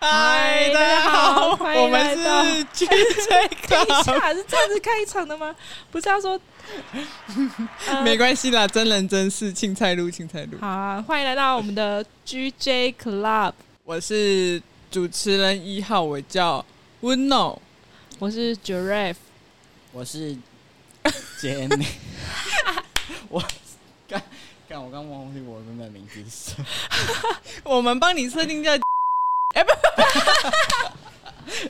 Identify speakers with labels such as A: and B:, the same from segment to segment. A: 嗨，
B: 大家好，
A: 欢迎
B: 我们
A: 来到
B: 是 GJ
A: 等一
B: Club，
A: 下，是这样子开场的吗？不是要 说，呃
B: 没关系啦，真人真事，青菜路，青菜路。
A: 好啊，欢迎来到我们的 GJ Club，
B: 我是主持人一号，我叫 Wino。
A: 我是 Giraffe，
C: 我是 Jenny，我刚刚我刚忘记我原本名字是什么，
B: 我们帮你设定叫，哎不，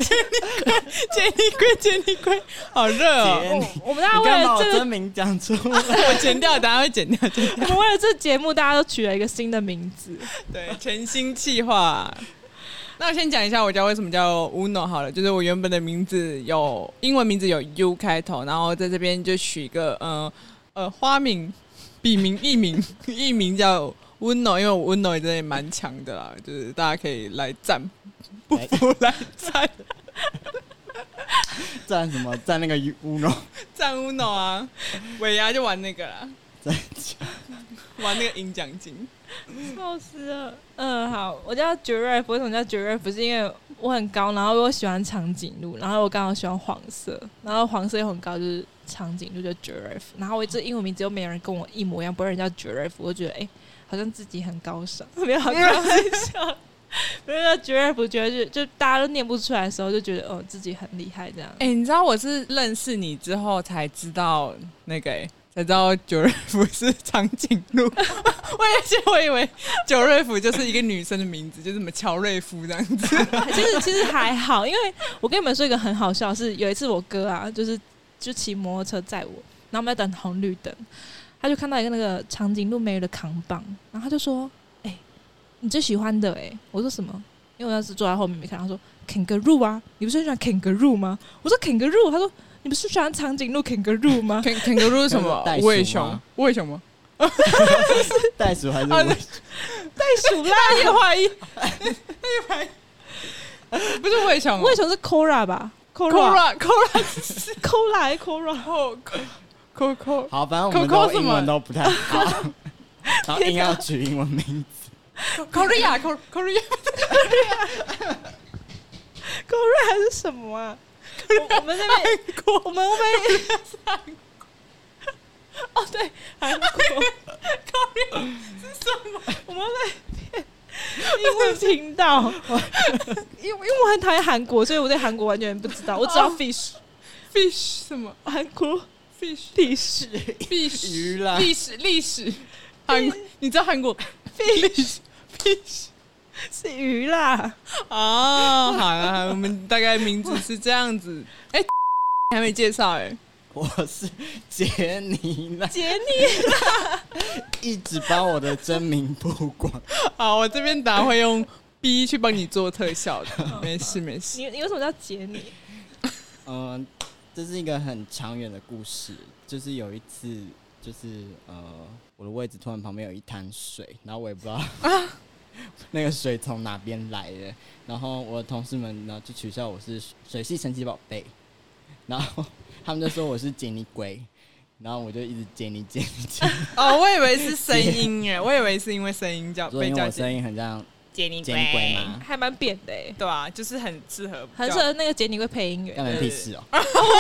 B: 杰尼龟，杰尼龟，杰尼龟，好热哦！
C: Jenny
A: 我我们大家
C: 你
A: 为
C: 刚把
A: 了
C: 我
A: 这个
C: 真，名讲出来，
B: 我剪掉，等下会剪掉。
A: 我们为了这节目，大家都取了一个新的名字。
B: 对，全新计划。 那我先讲一下我叫为什么叫 Uno 好了，就是我原本的名字有英文名字有 U 开头，然后在这边就取一个呃呃花名、笔名、艺名， 艺名叫 Uno，因为我 Uno 也真的蛮强的啦，就是大家可以来赞，不服来赞
C: 站什么站那个 Uno
B: 赞 Uno 啊，尾牙就玩那个啦，
C: 站
B: 玩那个赢奖金。
A: 笑死了。嗯，好，我叫 Giraffe，为什么叫 Giraffe？不是因为我很高，然后我喜欢长颈鹿，然后我刚好喜欢黄色，然后黄色又很高，就是长颈鹿就 Giraffe。然后我这英文名字又没有人跟我一模一样，不然人叫 Giraffe，我就觉得哎、好像自己很高尚， 没有好开玩笑。 没有叫 Giraffe，觉得就就大家都念不出来的时候，就觉得哦自己很厉害这样。
B: 哎、你知道我是认识你之后才知道那个、欸，才知道九瑞福是长颈鹿。 我也是，我以为九瑞福就是一个女生的名字，就什么乔瑞夫这样子。
A: 其实其实还好，因为我跟你们说一个很好笑的是，有一次我哥啊，就是就骑摩托车载我，然后我们在等红绿灯，他就看到一个那个长颈鹿美女的扛棒，然后他就说：“哎、你最喜欢的哎、我说：“什么？”因为我当时坐在后面没看，他说：“kangaroo 啊，你不是很喜欢 kangaroo 吗？”我说：“kangaroo。”他说：“你不是喜欢长颈鹿 kangaroo 吗
B: 肯肯格鲁是什 么
C: 袋？鼠
B: 魏熊
C: 吗？
B: 魏熊吗？
C: 袋鼠
A: 哦
C: 还是
B: 啊
C: 我？
A: 袋鼠啦，你有怀疑？
B: 不是魏熊、哦，
A: 为什么是 Cora 吧
B: Cora Cora
A: ？Cora，Cora 还是 Cora？
B: Coco Coco
C: 好，反正我们
B: Coco
C: 都
B: 什
C: 英
B: 么
C: 文都不太好，然后硬要取英文名字，
B: Korea Cor- Korea，
A: 狗瑞还是什么啊？我我们那边我们会被 哦，对，韩 国
B: Korea 是什么？
A: 我们被因为听 到，因为因为我很讨厌韩国，所以我对韩国完全不知道，我只知道 fish
B: Fish 什么
A: 哦韩国
B: Fish
A: 历史
B: Fish
C: 鱼啦
B: 历史历史韩，你知道韩国
A: fish
B: Fish
A: 是鱼啦，
B: 哦，好了，好了我们大概名字是这样子。 哎、你还没介绍哎、
C: 我是杰尼娜，
A: 杰尼
C: 一直把我的真名曝光，
B: 好，我这边等下会用 B 去帮你做特效 的，没事没事。
A: 你你为什么叫杰尼？
C: 嗯，这是一个很长远的故事，就是有一次，就是呃，我的位置突然旁边有一滩水，然后我也不知道、啊 那个水从哪边来的，然后我的同事们呢就取笑我是水系神奇宝贝，然后他们就说我是杰尼龟，然后我就一直杰尼杰尼 杰尼，
B: 哦，我以为是声音哎，我以为是因为声音叫
C: 所以
B: 被
C: 因为
B: 叫
C: 我声音很像
B: 杰尼
C: 杰尼龟嘛，
A: 还蛮扁的、欸，
B: 对啊，就是很适合，
A: 很适合那个杰尼会配音员
C: 干，人屁事哦、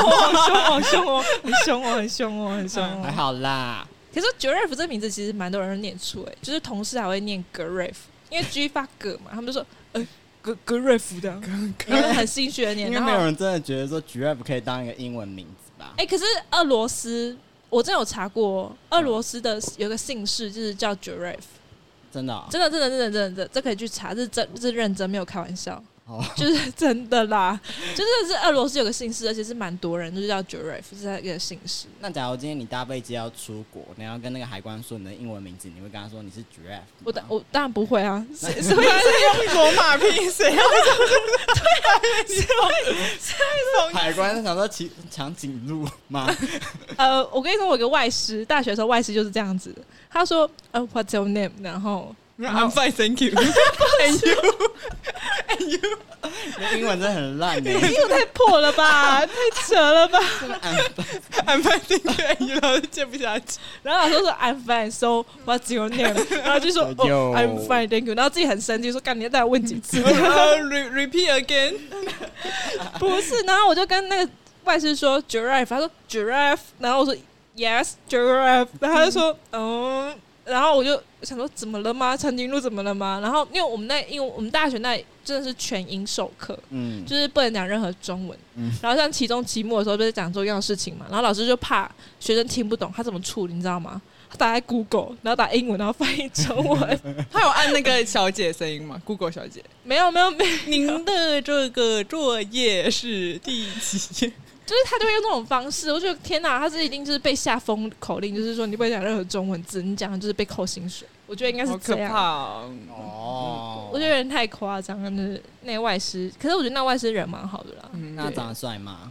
A: 好凶哦，很凶哦，很凶哦，很凶哦，
C: 还好啦，
A: 可是 giraffe 这名字其实蛮多人都念错哎，就是同事还会念 giraffe，因为 g 发 g 嘛，他们就说呃 g giraffe 的，然后很心虚的念。
C: 因为
A: 然
C: 没有
A: 后
C: 人真的觉得说 giraffe 可以当一个英文名字吧？
A: 哎，可是俄罗斯我真的有查过，俄罗斯的有个姓氏就是叫 giraffe，
C: 真的、哦，
A: 真的真的真的真的真的，这可以去查，这是真这是认真没有开玩笑，
C: 哦
A: 就是真的啦，就真的是俄罗斯有个姓氏，而且是蛮多人就是叫 giraffe，是他一个姓氏。
C: 那假如今天你搭飞机要出国，你要跟那个海关说你的英文名字，你会跟他说你是 giraffe 吗。
A: 我当我当然不会啊，谁 谁
B: 所
A: 会
B: 以是用罗马拼谁 要
A: 谁会
C: 海关想说骑长颈鹿吗？
A: 呃，我跟你说，我有个外师，大学的时候外师就是这样子的。他说，呃，What's your name？然后
B: ？I'm fine, thank you, and you,
C: 那英文真的很烂欸 的、
A: 英文太破了吧，太扯了吧。
B: I'm fighting you，然 后就接不下去。
A: 然后他说说 I'm fine, so what's your name？然后就说
C: 哎呦
A: 哦 I'm fine, thank you。然后自己很生气，说干你要再问几 次？
B: 然后呃 re repeat again，
A: 不是。然后我就跟那个外师说 giraffe，他说 giraffe，然后我说 yes giraffe，然后他就说嗯，然后我就想说怎么了吗？长颈鹿怎么了吗？然后因为我们那因为我们大学那里真的是全英授课，
C: 嗯，
A: 就是不能讲任何中文。
C: 嗯
A: 然后像期中、期末的时候，就是讲重要的事情嘛。然后老师就怕学生听不懂，他怎么处理，你知道吗？他打在 Google，然后打英文，然后翻译中文。
B: 他有按那个小姐声音吗？Google 小姐，
A: 没有，没有，没有，
B: 您的这个呃作业是第几页？
A: 就是他就会用这种方式。我觉得天哪，他是一定就是被下封口令，就是说你不能讲任何中文字，你讲的就是被扣薪水。我觉得应该是
B: 好
A: 这
B: 可
A: 样。
B: 怕哦！
C: 哦，
A: 我觉得有点太夸张了，就是那个外师。可是我觉得那外师人蛮好的啦，
B: 嗯
C: 那
B: 那
C: 长得帅吗？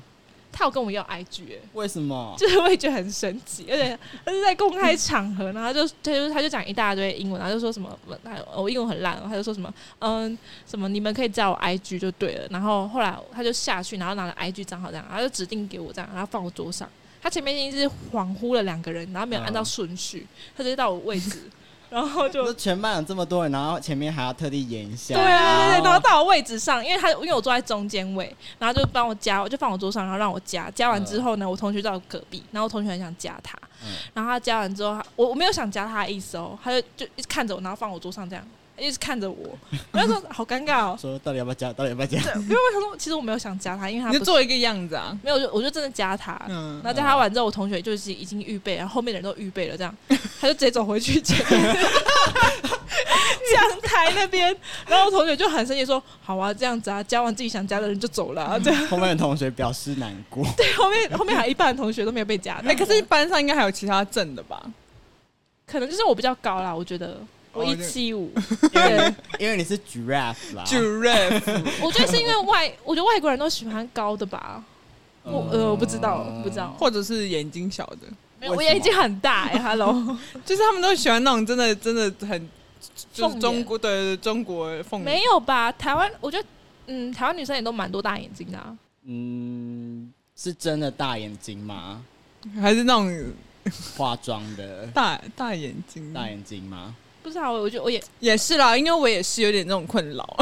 A: 他有跟我要 IG，、欸、
C: 为什么？
A: 就是我也觉得很神奇，而且他是在公开场合，然后就他就他就讲一大堆英文，然后就说什么我我英文很烂哦，他就说什么嗯什么你们可以加我 IG 就对了，然后后来他就下去，然后拿了 IG 账号这样，然后就指定给我这样，然后放我桌上，他前面已经是恍惚了两个人，然后没有按照顺序，他直接到我位置，然后就
C: 就全班有这么多人，然后前面还要特地演一下，
A: 对啊对对对，然后到我位置上，因为他因为我坐在中间位，然后就帮我加，我就放我桌上，然后让我加。加完之后呢，我同学到我隔壁，然后我同学很想加他，
C: 嗯
A: 然后他加完之后，他我我没有想加他的意思哦，他就就一直看着我，然后放我桌上这样，一直看着我，我就说好尴尬哦，
C: 说到底要不要加？到底要不 要加？
A: 对，因为我想说其实我没有想加他，因为他
B: 你
A: 不
B: 就是做一个样子啊，
A: 没有，我就我就真的加他。
B: 嗯
A: 然，后加他完之后，我同学就是已经预备，然后后面的人都预备了，这样他就直接走回去前面讲台那边，然后我同学就很生气说：“好啊，这样子啊，加完自己想加的人就走了、啊。”这 样
C: 后面的同学表示难过，
A: 对，后面后面还有一半的同学都没有被加到。
B: 哎，可是班上应该还有其他正的吧？
A: 可能就是我比较高啦，我觉得我
B: 哦
A: 一
B: 就
A: 七五，
C: 因为
A: 对
C: 你因为你是 giraffe 啦，
B: 就 rap，
A: 我觉得是因为外，我觉得外国人都喜欢高的吧。
C: 嗯
A: 我呃，我不知道，不知道，
B: 或者是眼睛小的，
A: 没有我
C: 为什么
A: 眼睛很大哎、h e l l o
B: 就是他们都喜欢那种真的真的很，就
A: 凤
B: 是
A: 眼
B: 中国对对对中国凤
A: 没有吧？台湾，我觉得嗯，台湾女生也都蛮多大眼睛的、啊。
C: 嗯，是真的大眼睛吗？
B: 还是那种
C: 化妆的
B: 大大眼睛
C: 大眼睛吗？
A: 不是啊，我我觉得我也
B: 也是啦，因为我也是有点这种困扰，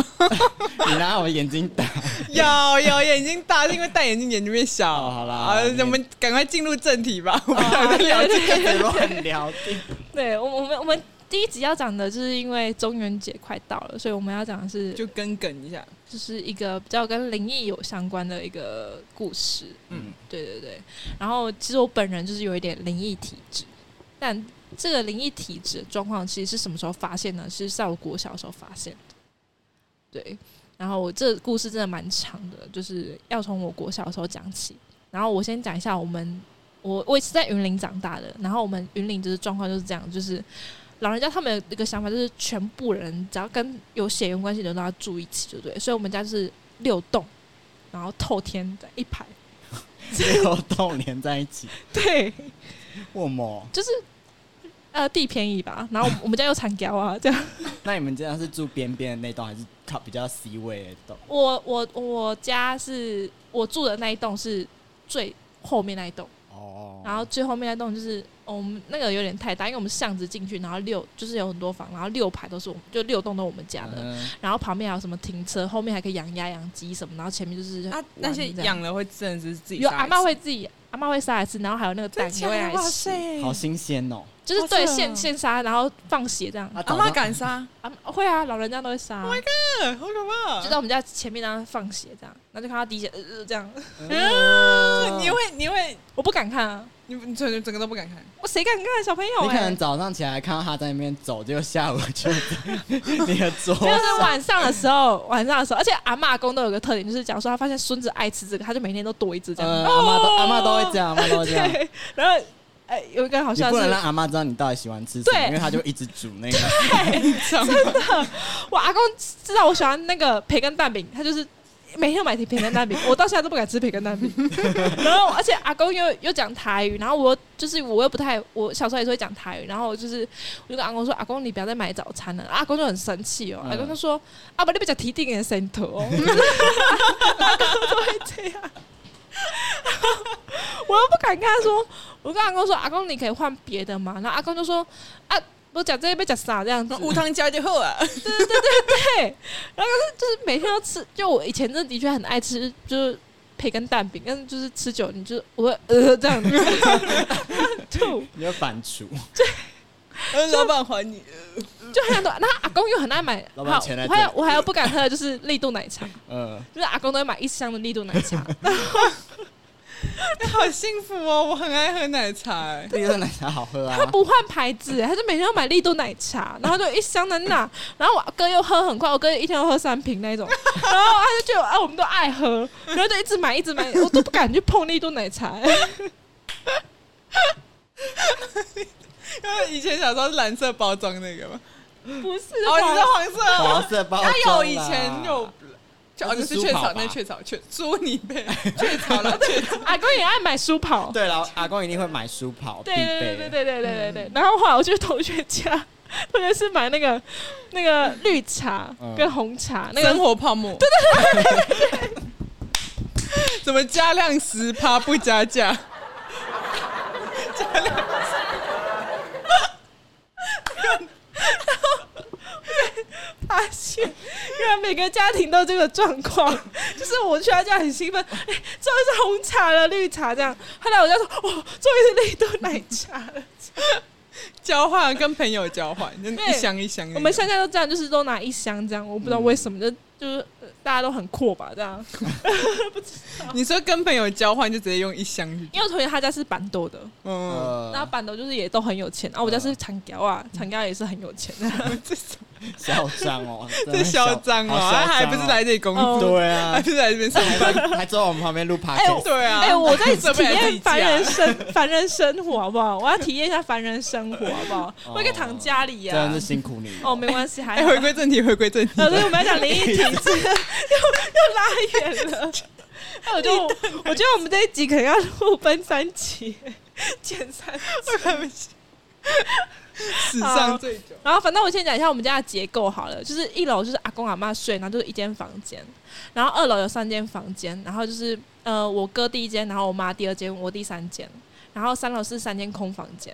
C: 你拿我眼睛打，
B: 有有眼睛大，是因为戴眼镜眼睛变小。
C: 哦 好啦
B: 啊
C: 好啦
A: 哎
B: 我们赶快进入正题吧，我们
A: 啊
B: 俩在聊这个。
C: 乱聊天。
A: 对，我我们我们第一集要讲的就是因为中元节快到了，所以我们要讲的是
B: 就跟梗一下，
A: 就是一个比较跟灵异有相关的一个故事。
C: 嗯，
A: 对对对。然后其实我本人就是有一点灵异体质，但这个灵异体质的状况其实是什么时候发现呢？是在我国小的时候发现的。对，然后我这个故事真的蛮长的，就是要从我国小的时候讲起。然后我先讲一下我们，我我也是在云林长大的。然后我们云林就是状况就是这样，就是老人家他们有一个想法，就是全部人只要跟有血缘关系的人都要住一起，就对。所以我们家就是六栋，然后透天的一排，
C: 六栋连在 一起，
A: 对，
C: 我么？
A: 就是呃地便宜吧。然后我们 我们家有产胶啊，这样。
C: 那你们这样是住边边的那栋，还是靠比较 C 位的栋？
A: 我我我家是我住的那一栋是最后面那一栋，
C: 哦
A: 然后最后面那栋就是、哦我们那个有点太大，因为我们巷子进去，然后六就是有很多房，然后六排都是我们就六栋都我们家的。
C: 嗯
A: 然后旁边还有什么停车，后面还可以养鸭、养鸡什么，然后前面就是
B: 啊
A: 玩，
B: 那些
A: 这样
B: 养了会真的是自己
A: 有
B: 杀
A: 阿
B: 一
A: 妈
B: 次
A: 会自己，阿妈会杀来吃，然后还有那个蛋
B: 真
A: 也
B: 假
A: 会
B: 的
A: 来
B: 哇
A: 吃，
B: 塞，
C: 好新鲜哦！
A: 就是
B: 好
A: 对
B: 扯哦
A: 现现杀，然后放血这样。
C: 啊
B: 阿妈敢杀，
A: 啊，会啊，老人家都会杀，
B: 嗯，好可怕
A: 就在我们家前面那放血这样，然后就看到滴血，呃呃这样，
B: 啊你会你会
A: 我不敢看啊，
B: 你你整整个都不敢看，
A: 我谁敢看小朋友
C: 你可
A: 哎、
C: 能早上起来看到他在那边走，结果下午就 你的 桌
A: 没有
C: 上
A: 是晚上的时候，晚上的时候，而且阿嬷公都有个特点，就是假如说他发现孙子爱吃这个，他就每天都多一只这样。
C: 呃，阿妈
A: 哦
C: 都阿妈都会这样，阿妈都会这样。
A: 对，然后呃、有一 个好
C: 你
A: 像
C: 不
A: 是
C: 能让阿妈知道你到底喜欢吃什么，
A: 对
C: 因为她就一直煮那 个。
B: 真
A: 我阿公知道我喜欢那个培根蛋饼，他就是每天买培根蛋饼，我到现在都不敢吃培根蛋饼。然后，而且阿公又又讲台语，然后我又就是我又不太，我小时候也是会讲台语，然后我就是我就跟阿公说：“阿公，你不要再买早餐了。”阿公就很生气哦，
C: 嗯
A: 阿公就说：“阿伯，你不讲提定的神头哦。”阿公都会这样， 然后我又不敢跟他说，我跟阿公说：“阿公，你可以换别的嘛。”然后阿公就说：“啊，我讲这一杯讲啥这样子？”
B: 无糖加就好 啊。
A: 就是每天要吃，就我以前真的的确很爱吃，就是培根蛋饼，但是就是吃久了，你就是我会呃这样子吐，
C: 你要反刍，
B: 老板还你，
A: 就很想吐。那阿公又很爱买，
C: 老板钱来
A: 我还有
C: 对
A: 我还有不敢喝的就是力度奶茶，
C: 嗯，
A: 就是阿公都会买一箱的力度奶茶，
C: 啊
B: 好幸福哦！我很爱喝奶茶、欸，
C: 这个奶茶好喝
A: 他
C: 啊，
A: 不换牌子，欸他就每天要买力度奶茶，然后就一箱能拿。然后我哥又喝很快，我哥一天要喝三瓶那一种，然后他就觉得啊，我们都爱喝，然后就一直买一直买，我都不敢去碰力度奶茶。欸
B: 因为以前小时候是蓝色包装那个嘛，
A: 不是，
B: 哦，你是黄色哦，
C: 黄色包装啦
B: 它有以前有，就哦，
C: 那
B: 你
C: 是
B: 是雀
C: 苏跑
B: 巢，
C: 吧
B: 那是雀巢，雀猪你呗，雀巢了，雀巢。
A: 阿啊公也爱买书跑。
C: 对了，阿公一定会买书跑，
A: 对
C: 必
A: 对
C: 备嗯
A: 对对对对对对对。然后后来我去同学家， 同学是买那个那个绿茶
C: 嗯
A: 跟红茶，那
B: 生
A: 个
B: 活泡沫，对对对对对，怎么加量十趴不加价？
A: 发现，原来每个家庭都有这个状况。 就是我去他家很兴奋，哎，终于是红茶了，绿茶这样。后来我就说，哇，终于是绿豆奶茶了。
B: 交换跟朋友交换，就一箱一箱那种。
A: 我们乡下都这样，就是都拿一箱这样，我不知
C: 嗯
A: 道为什么，就就是呃大家都很阔吧这样。
B: 你说跟朋友交换就直接用一箱去，
A: 因为我同学他家是板豆的，
B: 嗯，
A: 然后
C: 呃，
A: 板豆就是也都很有钱，然后
C: 嗯
A: 我家是长条啊，长条也是很有钱的。
B: 这种
C: 嚣 张哦，真
A: 呃
C: 的
B: 这嚣张
A: 啊
B: 哦，
C: 好
B: 他
C: 嚣
B: 还
C: 张
B: 不是
C: 哦
B: 来这里工作，
C: 对
B: 还
C: 啊，
B: 不是来这边上班。
C: 还还坐我们旁边录 p o
B: 哎
C: d，c
B: 对啊，
A: 哎、我 在
B: 这
A: 体
B: 不然自
A: 验
B: 己
A: 凡
B: 加
A: 人生 凡人生活好不好？我要体验一下凡人生活好不好？
C: 哦
A: 我可以躺家里
C: a
A: 呀、
C: 真的是辛苦你了
A: 啊哦，没关系，还
B: 哎，
A: 好。
B: 回归正题，回归正题
A: 呃，。所以我们要讲灵异体质，又 又拉远了。哎，我就我觉得我们这一集可能要录分三集， 减三集。
B: 史上最 久。
A: 然后，反正我先讲一下我们家的结构好了，就是一楼就是阿公阿妈睡，然后就是一间房间，然后二楼有三间房间，然后就是呃我哥第一间，然后我妈第二间，我第三间，然后三楼是三间空房间。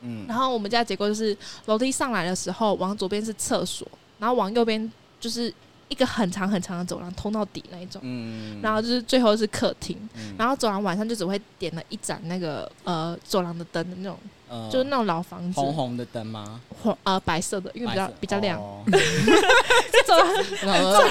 C: 嗯
A: 然后我们家结构就是楼梯上来的时候，往左边是厕所，然后往右边就是一个很长很长的走廊，通到底那一种。
C: 嗯
A: 然后就是最后是客厅，
C: 嗯
A: 然后走廊晚上就只会点了一盏那个呃走廊的灯的那种，
C: 呃
A: 就是那种老房子，
C: 红红的灯吗？
A: 红呃白色的，因为比较
C: 白色
A: 比较亮。啊
C: 哦
A: 走廊
C: 然后说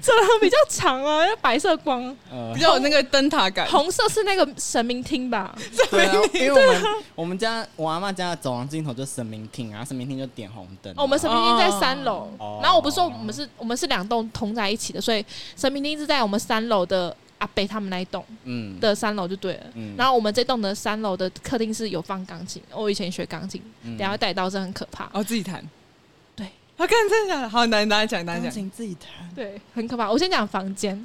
A: 走廊比较长啊，要白色光，
C: 呃
B: 比，较有那个灯塔
C: 哎
B: 感，
A: 红色是那个神明厅吧？
C: 对啊，因为我们我们家我阿妈家的走廊尽头就是神明厅，然后神明厅就点红灯啊。
A: 哦，我们神明厅在三楼，
C: 哦
A: 然后我不是说我们是我们是两栋通在一起的，所以神明厅是在我们三楼的阿北他们那一栋
C: 嗯
A: 的三楼就对了。
C: 嗯
A: 然后我们这栋的三楼的客厅是有放钢琴，我以前学钢琴，
C: 嗯
A: 等一下带到是很可怕，
B: 哦，自己弹。
A: 对，
B: 好，看真的假的好难，大家讲，大家
C: 钢
B: 讲，
C: 琴自己弹，
A: 对，很可怕。我先讲房间，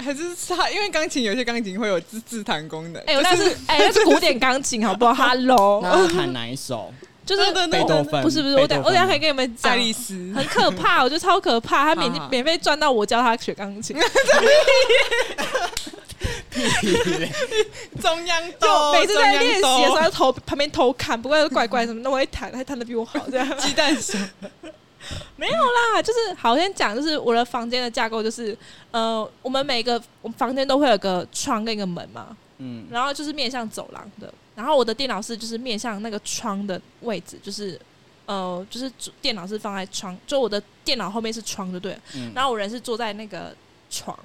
B: 还是它，因为钢琴有些钢琴会有自自弹功能。
A: 哎、我那是哎、那是古典钢琴，好不好？Hello，
C: 那要弹哪一首？
A: 就是
B: 等等
C: 贝多
B: 等
C: 芬
A: 不是不是，我等
C: 贝多芬
A: 我等一下可以跟你们讲
B: 爱，丽丝，
A: 很可怕，我觉得超可怕，他免
B: 好好
A: 免费赚到我教他学钢琴。
B: 中央
A: 就
B: 豆，
A: 每次在练习的时
B: 中
A: 候，
B: 央
A: 在偷旁边偷看，不怪怪怪什么，那我会弹，还弹的比我好，这样
B: 豆鸡蛋手，嗯
A: 没有啦。就是好先讲，就是我的房间的架构就是，呃，我们每个我们房间都会有个窗跟一个门嘛，
C: 嗯
A: 然后就是面向走廊的，然后我的电脑是就是面向那个窗的位置，就是呃，就是主电脑是放在窗，就我的电脑后面是窗，就对了。
C: 嗯
A: 然后我人是坐在那个床，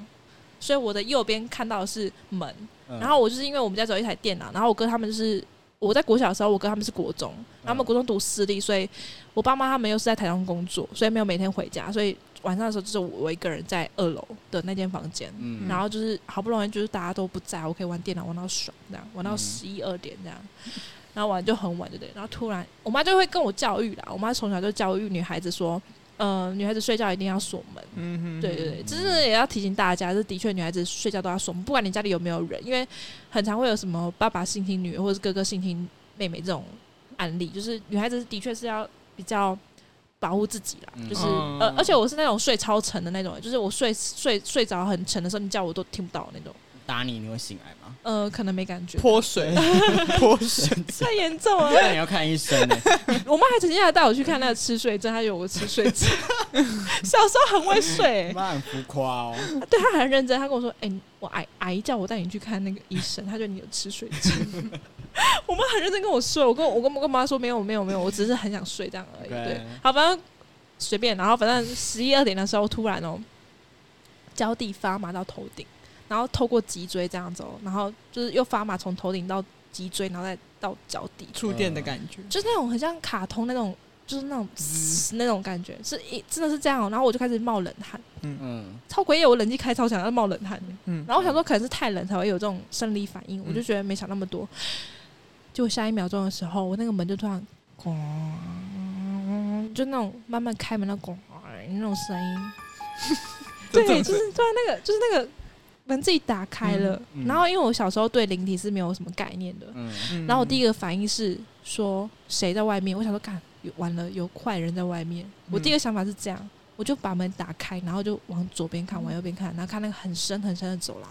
A: 所以我的右边看到的是门。
C: 嗯
A: 然后我就是因为我们家只有一台电脑，然后我哥他们就是我在国小的时候，我哥他们是国中，然后
C: 嗯
A: 他们国中读私立，所以我爸妈他们又是在台中工作，所以没有每天回家，所以晚上的时候就是我一个人在二楼的那间房间。
C: 嗯
A: 然后就是好不容易就是大家都不在，我可以玩电脑玩到爽，这样玩到
C: 嗯
A: 十一二点这样，然后玩就很晚，对不对？然后突然我妈就会跟我教育啦，我妈从小就教育女孩子说，呃，女孩子睡觉一定要锁门。
B: 嗯哼，
A: 对对对，只是也要提醒大家，这的确女孩子睡觉都要锁门，不管你家里有没有人，因为很常会有什么爸爸性侵女儿，或者是哥哥性侵妹妹这种案例，就是女孩子的确是要比较保护自己啦，
C: 嗯
A: 就是、
B: 嗯
A: 呃，而且我是那种睡超沉的那种，就是我睡睡睡着很沉的时候，你叫我都听不到那种，
C: 打你你会醒来吗？
A: 呃，可能没感觉，
B: 泼水，泼水，
A: 太严重了。
C: 那你要看医生呢、
A: 我妈还曾经还带我去看那个吃睡症，她有我吃睡 症，小时候很会睡、
C: 妈很浮夸哦。
A: 对他很认真，他跟我说：“哎、我阿阿姨叫我带你去看那个医生，他觉得你有吃睡症。”我妈很认真跟我说，我跟我跟我跟妈说没有没有没有，我只是很想睡这样而已。
C: OK
A: 对，好，反正随便，然后反正十一二点的时候，突然哦、脚底发麻到头顶，然后透过脊椎这样走、然后就是又发麻从头顶到脊椎，然后再到脚底，
B: 触电的感觉，
A: 就是那种很像卡通那种，就是那种、那种感觉，是一真的是这样、哦，然后我就开始冒冷汗。
C: 嗯，
A: 超诡异，我冷气开超强，要冒冷汗。
B: 嗯
A: 然后我想说可能是太冷才会有这种生理反应，我就
B: 嗯
A: 觉得没想那么多。就下一秒钟的时候，我那个门就突然咣，就那种慢慢开门的咣那种声音。对，
B: 这种
A: 就是突然那个就是那个门自己打开了。
C: 嗯嗯
A: 然后因为我小时候对灵体是没有什么概念的，
C: 嗯，
B: 嗯
A: 然后我第一个反应是说谁在外面？我想说，干有完了，有坏人在外面。我第一个想法是这样，我就把门打开，然后就往左边看，往右边看，然后看那个很深很深的走廊，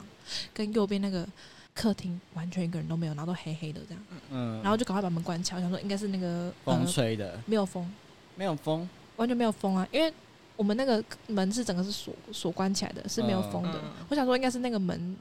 A: 跟右边那个客厅完全一个人都没有，然后都黑黑的这样，
C: 嗯，
A: 然后就赶快把门关起来。我想说应该是那个呃
C: 风吹的，
A: 没有风，
C: 没有风，
A: 完全没有风啊，因为我们那个门是整个是锁锁关起来的，是没有风的。
B: 嗯
A: 我想说应该是那个门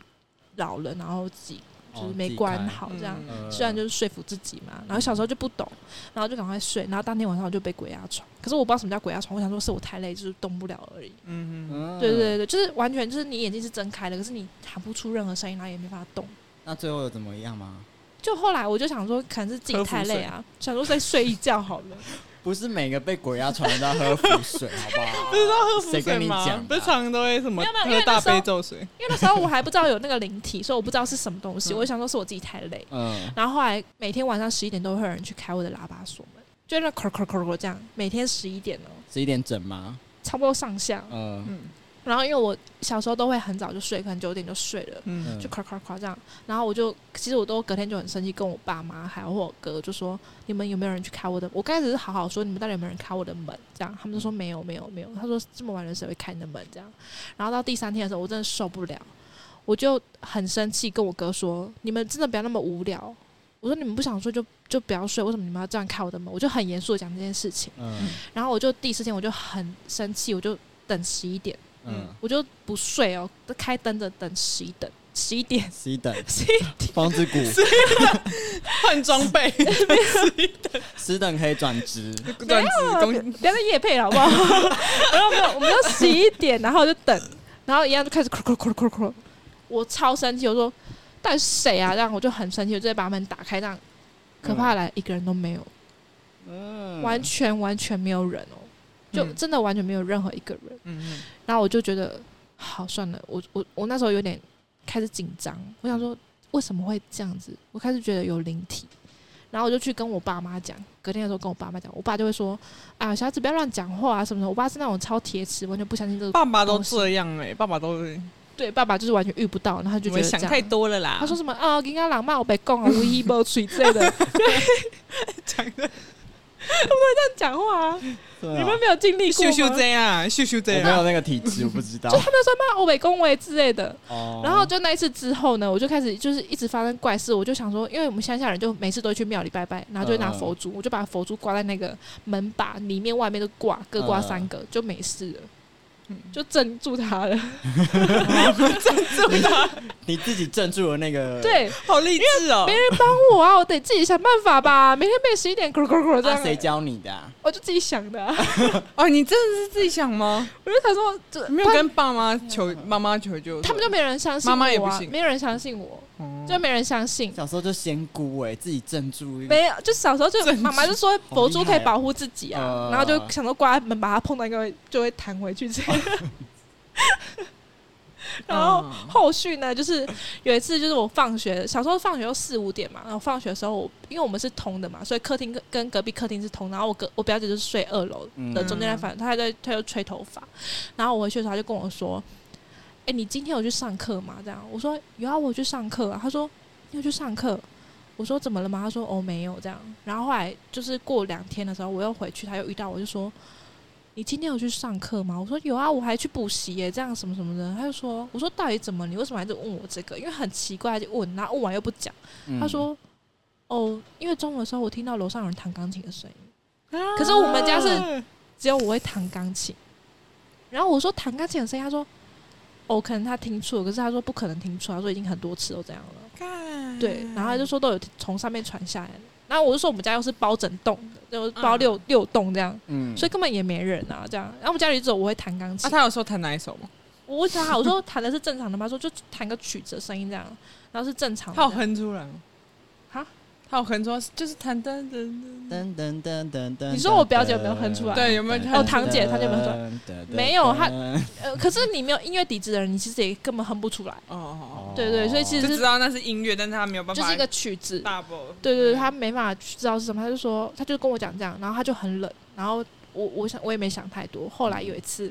A: 老了，然后自己就是
C: 哦
A: 没关，好这样。
C: 自己开呃
A: 虽然就是说服自己嘛，然后小时候就不懂，然后就赶快睡，然后当天晚上我就被鬼压床，可是我不知道什么叫鬼压床，我想说是我太累，就是动不了而已。
B: 嗯嗯
C: 嗯
A: 对对。对，就是完全就是你眼睛是睁开的，可是你喊不出任何声音，然后也没办法动。
C: 那最后有怎么样吗？
A: 就后来我就想说，可能是自己太累啊，想说再睡一觉好了。
C: 不是每个被鬼压床的都要喝符水，好不好？
B: 不知道喝
C: 谁
B: 浮
C: 跟
B: 水
C: 你
B: 吗
C: 讲？啊
B: 不是
C: 的
B: 常常都会什么
A: 没有没有因
B: 喝
A: 为那
B: 大
A: 时候
B: 杯咒水，
A: 因为那时候我还不知道有那个灵体，所以我不知道是什么东西，我就想说是我自己太累。
C: 嗯，
A: 然后后来每天晚上十一点都会有人去开我的喇叭锁门，就那扣扣扣扣这样，每天十一点哦，
C: 十一点整吗？
A: 差不多上下。哦
C: 嗯
B: 嗯
A: 然后因为我小时候都会很早就睡，可能九点就睡了，
B: 嗯
C: 嗯
A: 就咔咔咔这样。然后我就其实我都隔天就很生气，跟我爸妈还有我哥就说：“你们有没有人去开我的？”我刚开始是好好说：“你们到底有没有人开我的门？”这样，他们就说：“没有，没有，没有。”他说：“这么晚了谁会开你的门？”这样。然后到第三天的时候，我真的受不了，我就很生气，跟我哥说：“你们真的不要那么无聊。”我说：“你们不想睡就就不要睡，为什么你们要这样开我的门？”我就很严肃的讲这件事情。
C: 嗯
A: 然后我就第四天我就很生气，我就等十一点。
C: 嗯，
A: 我就不睡哦，开灯的等十一等十一 点
C: 十一等
A: 十一点，
C: 风之谷，
B: 换装 备，
C: 十等可以转职，
B: 转子
A: 啊不
B: 宫
A: 要再夜配了好不好？然后没有，我们就十一点，然后我就等，然后一样就开始咳咳咳咳咳，我超生气，我说到底是谁啊？这样我就很生气，我就把门打开，这样可怕来一个人都没有，
C: 嗯，
A: 完全完全没有人哦，就
B: 嗯
A: 真的完全没有任何一个人。
B: 嗯
A: 然后我就觉得，好算了，我我我那时候有点开始紧张，我想说为什么会这样子？我开始觉得有灵体，然后我就去跟我爸妈讲，隔天的时候跟我爸妈讲，我爸就会说啊，小孩子不要乱讲话啊什么的。我爸是那种超铁齿，完全不相信这个，
B: 爸爸都这样哎，爸爸都会
A: 对爸爸就是完全遇不到，然后他就
B: 你们
A: 觉得这
B: 想
A: 样
B: 太多了啦。
A: 他说什么啊，人家朗骂我被供啊，无一无吹之类的，对，
B: 讲的
A: 讲话啊，
C: 对啊
A: 你们没有经历过
B: 咻
A: 吗？
B: 咻这样，咻咻这
C: 我没
B: 样，
C: 有那个体质，我不知道。
A: 他们说骂我被恭维之类的，
C: 哦
A: 然后就那一次之后呢，我就开始就是一直发生怪事，我就想说，因为我们乡下人就每次都会去庙里拜拜，然后就会拿
C: 嗯嗯
A: 佛珠，我就把佛珠挂在那个门把里面、外面都挂，各挂三个，就没事了，
B: 嗯
A: 就镇住他了。
C: 你自己镇住了那个，，
A: 对，
B: 好励志哦
A: 没！人帮我啊，我得自己想办法吧。每天被十一点，咕噜咕噜咕噜这
C: 那谁
A: 样，
C: 教你的啊？
A: 我就自己想的啊、
B: 哦，你真的是自己想吗？
A: 我就想说，这
B: 没有跟爸妈求妈妈求救，哦
A: 他们就没人相信我、啊，
B: 妈妈也不信
A: 没有人相信我，
B: 就
A: 就没人相信。
C: 小时候就仙姑哎，自己镇住一个，
A: 没有，就小时候就
B: 正
A: 妈妈就说佛珠可以保护自己
C: 好厉害
A: 啊
C: 哦，
A: 然后就想说挂在门把它碰到，应该会就会弹回去这样。然后
B: 嗯啊
A: 后续呢，就是有一次，就是我放学，小时候放学都四五点嘛，然后放学的时候我，因为我们是通的嘛，所以客厅跟跟隔壁客厅是通，然后我隔我表姐就是睡二楼的
C: 嗯
A: 中间那反，她还在她就吹头发，然后我回去的时候，她就跟我说：“哎、你今天有去上课吗？”这样我说：“有啊，我有去上课啊。”她说：“你有去上课？”我说：“怎么了吗？”她说：“哦，没有。”这样，然后后来就是过两天的时候，我又回去，她又遇到我就说。你今天有去上课吗？我说有啊，我还去补习耶，这样什么什么的。他就说，我说到底怎么？你为什么还在问我这个？因为很奇怪，就问，然后问完又不讲。
C: 嗯
A: 他说，哦，因为中午的时候我听到楼上有人弹钢琴的声音，可是我们家是只有我会弹钢琴。然后我说弹钢琴的声音，他说，哦，可能他听错了，可是他说不可能听错，他说已经很多次都这样了。
B: 干
A: 对，然后他就说都有从上面传下来的。然后我就说我们家又是包整栋的，就是
B: 嗯
A: 包六、六栋这样。
C: 嗯
A: 所以根本也没人啊，这样。然后我们家里只有我会弹钢琴，
B: 啊，他有说弹哪一首吗？
A: 我问他，我说弹的是正常的吗？他说就弹个曲子的声音这样，然后是正常的
B: 他有哼出来吗？
A: 哈，
B: 他有哼出来，就是弹噔噔噔。
C: 噔噔噔噔噔，
A: 你说我表姐有没有哼出来
B: 对有没有哼
A: 哦堂姐堂姐有没有哼
C: 出来
A: 没有她
C: 嗯
A: 呃，可是你没有音乐底子的人，你其实也根本哼不出来。
B: 哦哦
A: 对对所以其
B: 哦，
A: 实
B: 就是知道那是音乐，但是他没有办法，嗯
A: 就是一个曲子，
B: double。
A: 对对对，他没办法去知道是什么，他就说，他就跟我讲这样，然后他就很冷，然后我我想我也没想太多。后来有一次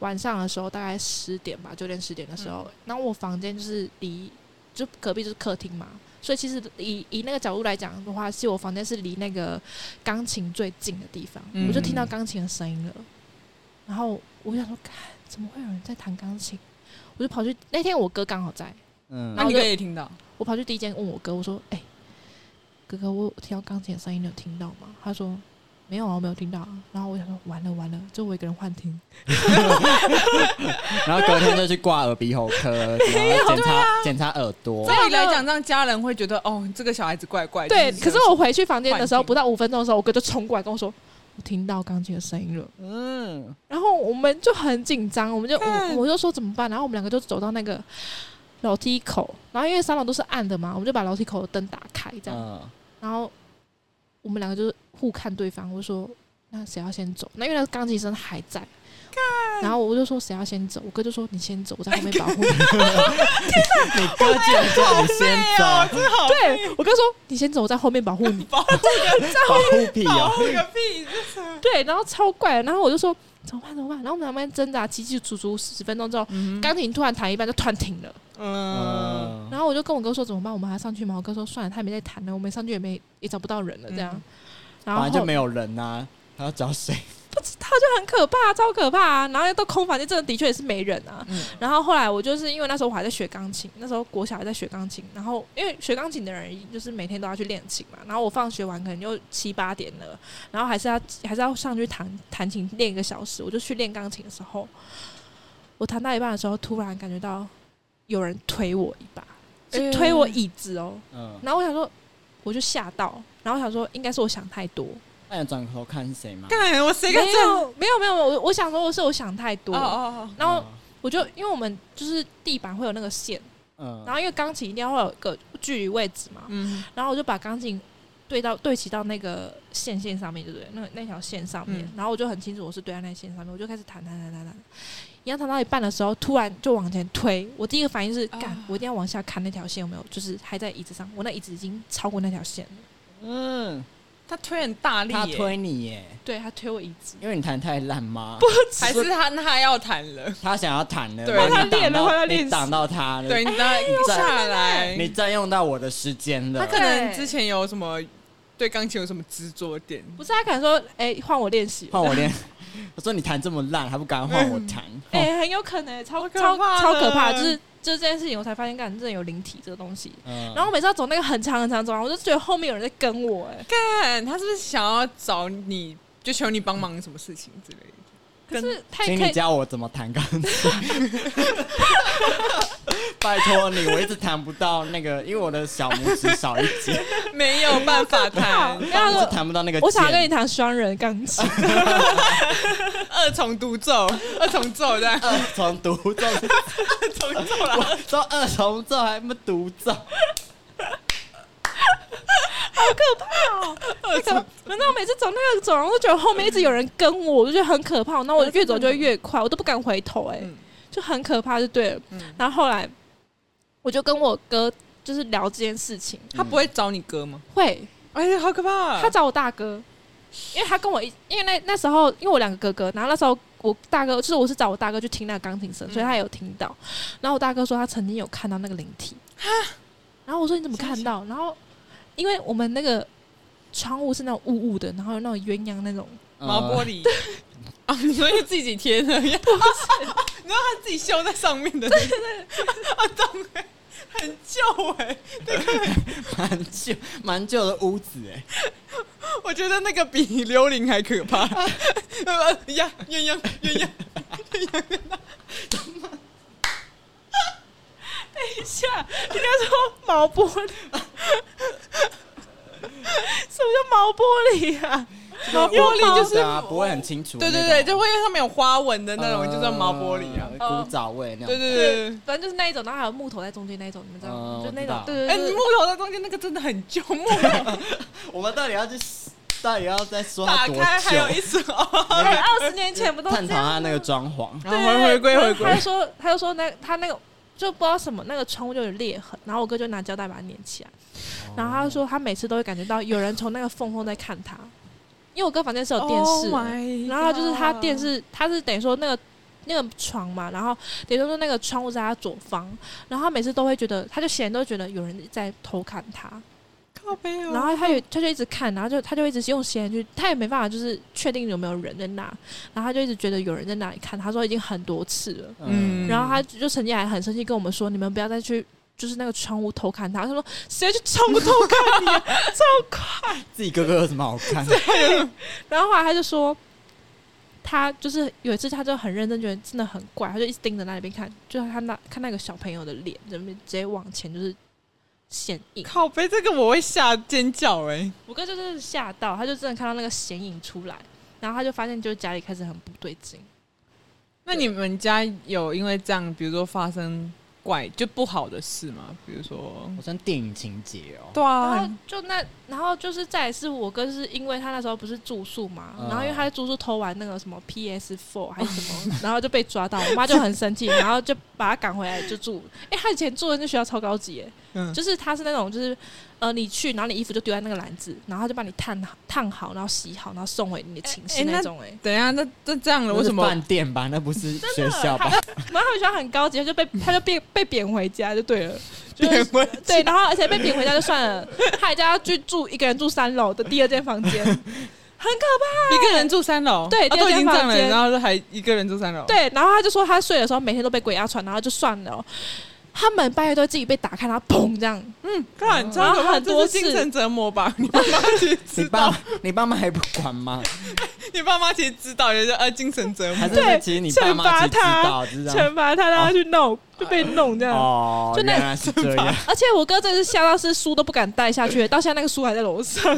A: 晚上的时候，大概十点吧，九点十点的时候，然后我房间就是离就隔壁就是客厅嘛，所以其实以以那个角度来讲的话，是我房间是离那个钢琴最近的地方，
B: 嗯
A: 我就听到钢琴的声音了，然后我想说，看怎么会有人在弹钢琴？我就跑去那天我哥刚好在，
C: 嗯
B: 那你哥也听到，
A: 我跑去第一间问我哥，我说：“哎、哥哥，我有听到钢琴的声音，你有听到吗？”他说：“没有啊，我没有听到啊。”然后我想说：“完了完了，就我一个人幻听。
C: 然后隔天就去挂耳鼻喉 科，然后
A: 啊
C: 检查检查耳朵
A: 在。
B: 照理来讲，让家人会觉得哦，这个小孩子怪”怪。
A: 对，
B: 就
A: 可是我回去房间的时候，
B: 幻听
A: 不到五分钟的时候，我哥就冲过来跟我说：“我听到钢琴的声音了。
C: 嗯，”
A: 然后我们就很紧张，我们就
B: 看
A: 我我就说怎么办？然后我们两个就走到那个楼梯口，然后因为三楼都是暗的嘛，我们就把楼梯口的灯打开，这样，
C: 嗯
A: 然后我们两个就是互看对方，我说那谁要先走？那因为那个钢琴声还在，然后我就说谁要先走？我哥就说你先走，我在后面保护你。
C: 你哥竟然叫你先走，
A: 对我哥说你先走，我在后面保护你。
B: 保护
C: 保护屁
B: 保
C: 哦！
B: 护个屁！这是
A: 对，然后超怪的，然后我就说怎么办怎么办？然后我们两边挣扎，起起足足十分钟之后，钢琴突然弹一半就突然停了。
B: 嗯，
C: 嗯，
A: 然后我就跟我哥说怎么办？我们还要上去吗？我哥说算了，他也没在弹了，我们上去也没也找不到人了这样。
B: 嗯
A: 然后
C: 反正就没
A: 有，
C: 有人呐，还要找谁？
A: 很可怕，超可怕、啊。然后又到空房间，真的的确也是没人啊。
B: 嗯
A: 然后后来我就是因为那时候我还在学钢琴，那时候国小还在学钢琴，然后因为学钢琴的人就是每天都要去练琴嘛，然后我放学完可能就七八点了，然后还是要还是要上去弹弹琴练一个小时，我就去练钢琴的时候，我弹到一半的时候，突然感觉到有人推我一把，
B: 哎
A: 是推我椅子哦，
C: 嗯，
A: 然后我想说我就吓到，然后我想说应该是我想太多，
C: 那你转头看是谁吗？
B: 干我谁
A: 没
B: 敢这样？
A: 有没有没有，我我想说是我想太多，
B: 哦哦
A: 然后我就因为我们就是地板会有那个线。
C: 嗯，
A: 然后因为钢琴一定要会有一个距离位置嘛
B: 哦，，嗯
A: 然后我就把钢琴对到对齐到那个线线上面，对不对？那那条线上面，
B: 嗯
A: 然后我就很清楚我是对在啊那线上面，我就开始弹弹弹弹弹，一样弹到一半的时候，突然就往前推，我第一个反应是，
B: 啊
A: 干，我一定要往下看那条线有没有，就是还在椅子上，我那椅子已经超过那条线了，
C: 嗯，
B: 他推很大力耶，
C: 他推你耶，
A: 对他推我椅子，
C: 因为你弹太烂吗？不，
B: 还是他那他要弹了？
C: 他想要弹的，
B: 对
C: 然后
A: 他
C: 你挡
A: 练了
C: 到
A: 他要
C: 你
A: 练习
C: 挡到他了，
B: 对，你再下来，
C: 你占用到我的时间
B: 他
C: 了。
B: 可能之前有什么对钢琴有什么执着点？
A: 不是他敢说，哎、换我练习。
C: 换我练， 我说你弹这么烂，还不赶快换我弹？
A: 哎、很有可能、超
B: 好可
A: 超
B: 怕
A: 超可怕，
B: 的
A: 就是就是这件事情，我才发现，干，真的有灵体这个东西。
C: 嗯
A: 然后我每次要走那个很长很长走廊，我就觉得后面有人在跟我、哎，
B: 干他是不是想要找你就求你帮忙什么事情之类的？
A: 可是他也
C: 请
A: 可
C: 你
A: 以，
C: 教我怎么弹钢琴。 拜托你，我一直弹不到那个，因为我的小拇指少一 节，
B: 没有办 法弹
A: 好，
C: 一
A: 然后
C: 直
A: 哎他说
C: 弹不到那个键。
A: 我想要跟你弹双人钢琴，
B: 二重独奏，二重奏这样，
C: 二重独奏，
B: 二重奏啦。
C: 我说二重奏还不独奏，
A: 那个，反啊正我每次走那个走廊，我都觉得后面一直有人跟我，我就觉得很可怕。那我越走就会越快，我都不敢回头、哎、
B: 嗯
A: 就很可怕，就对了。
B: 嗯，
A: 然后后来我就跟我哥就是聊这件事情，
B: 他不会找你哥吗？
A: 会
B: 哎呀，好可
C: 啊
B: 怕！
A: 他找我大哥，因为他跟我一，因为那那时候因为我两个哥哥，然后那时候我大哥就是我是找我大哥去听那个钢琴声，
B: 嗯
A: 所以他也有听到。然后我大哥说他曾经有看到那个灵体，然后我说你怎么看到？然后因为我们那个窗户是那种雾雾的，然后有那种鸳鸯那种，
B: 毛玻 璃啊，你说你自己贴的呀？ 你让他自己绣在上面的，对对 对，啊，懂哎，很旧哎，
C: 嗯蛮旧蛮旧的屋子哎，
B: 我觉得那个比幽灵还可怕。 呃呀，鸳鸯鸳鸯，
A: 等一下，人家说毛玻璃，什么叫毛玻璃啊？毛
B: 玻璃就是
C: 对啊，不会很清楚的
B: 对
C: 那种，
B: 对对，就会因为上面有花纹的那种，
C: 呃
B: 就叫毛玻璃啊。
C: 古早味那
B: 对
C: 种，
B: 对
A: 对
B: 对，对，
A: 反正就是那一种，然后还有木头在中间那一种，你们知道吗？
C: 嗯
A: 就那种，
C: 我知道
A: 对对
B: 哎，
A: 对
B: 木
A: 对，
B: 头在中间那个真的很旧，木头
C: 我们到底要去，到底要再说它
B: 打
C: 多
B: 开还有
C: 久？
B: 一 层哦。
A: 哎，二十年前不都这
C: 探
A: 样
C: 讨他那个装潢，
B: 然后啊回回归回
A: 他
B: 归
A: 就，说，他就说那他那个就不知道什么那个窗户就有裂痕，然后我哥就拿胶带把它粘起来，然后他就说他每次都会感觉到有人从那个缝缝在看他，因为我哥房间是有电视的
B: Oh my
A: 然后就是他电
B: God
A: 视他是等于说那个。那个床嘛，然后等于说那个窗户在他左方，然后他每次都会觉得，他就显然都觉得有人在偷看他，
B: 靠背哦，
A: 然后他有他就一直看，然后就他就一直用斜眼去，他也没办法就是确定有没有人在那，然后他就一直觉得有人在那里看，他说已经很多次了，
C: 嗯，
A: 然后他就曾经还很生气跟我们说，你们不要再去。就是那个窗户偷看他，他说谁去窗户偷 看你、啊？
C: 自己哥哥有什么好看？
A: 然后后来他就说，他就是有一次他就很认真，觉得真的很怪，他就一直盯着那边看，就是他那看那个小朋友的脸，在那边直接往前就是显影。
B: 靠背这个我会吓尖叫哎、
A: 我哥就是吓到，他就真的看到那个显影出来，然后他就发现就是家里开始很不对劲。
B: 那你们家有因为这样，比如说发生怪就不好的事吗？比如说，
C: 好像电影情节哦，
B: 对
A: 然后
B: 啊，
A: 就那，然后就是再来是我哥，就是因为他那时候不是住宿嘛，
C: 嗯
A: 然后因为他在住宿偷玩那个什么 PS Four 还是什么，然后就被抓到，我妈就很 生气，然后就把他赶回来就住。哎、他以前住的那学校超高级耶，
B: 嗯，
A: 就是他是那种就是呃你去，然后你衣服就丢在那个篮子，然后他就帮你烫好、烫好，然后洗好，然后送回你的寝室
B: 哎哎那
A: 那种哎、
B: 等一下，那这这样了，为什
C: 那
B: 么
C: 是饭店吧？那不是学校吧？
A: 然后他们学校很高级，他就被他就被被贬回家就对了，就是
B: 变回
A: 对，然后而且被贬回家就算了，他还叫他去住一个人住三楼的第二间房间，很可
B: 一个人住三楼？
A: 对
B: 啊、
A: 第二
B: 都已经
A: 间
B: 这样
A: 房
B: 了，
A: 间
B: 然后还一个人住三楼？，
A: 对，然后他就说他睡的时候每天都被鬼压床，然后就算了哦、他门半夜都自己被打开，然后砰这样，
B: 嗯，看，
A: 然
B: 超
A: 后
B: 可怕，
A: 很多
B: 这是精
A: 次
B: 神折磨吧？ 你爸妈其实
C: 你
B: 知道
C: 爸，你爸妈还不 管吗？
B: 你爸妈其实知道，也就是呃精神折磨
C: 还。是
A: 对
C: 其实你爸妈只知道，只是这样
A: 惩罚他让他去弄，就被弄这样。
C: 哦，
A: 就那
C: 原来是这样，
A: 而且我哥真的是吓到是书都不敢带下去，到现在那个书还在楼上，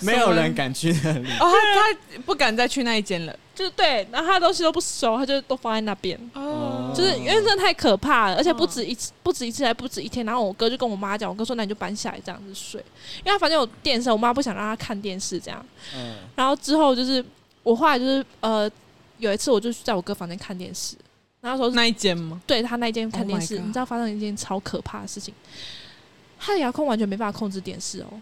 C: 没有人敢去那里。
B: 哦，他他不敢再去那一间了。
A: 就是对，然后他的东西都不收，他就都放在那边。
B: 哦，
A: 就是因为真的太可怕了，而且不
B: 嗯
A: 止一次，不止一次，还不止一天。然后我哥就跟我妈讲，我哥说那你就搬下来这样子睡，因为他房间有电视，我妈不想让他看电视这样。
C: 嗯，
A: 然后之后就是我后来就是呃有一次我就在我哥房间看电视，然后那时候
B: 那一间吗？
A: 对他那一间看
B: Oh my
A: 电视
B: God
A: 你知道发生一件超可怕的事情，他的遥控完全没办法控制电视哦，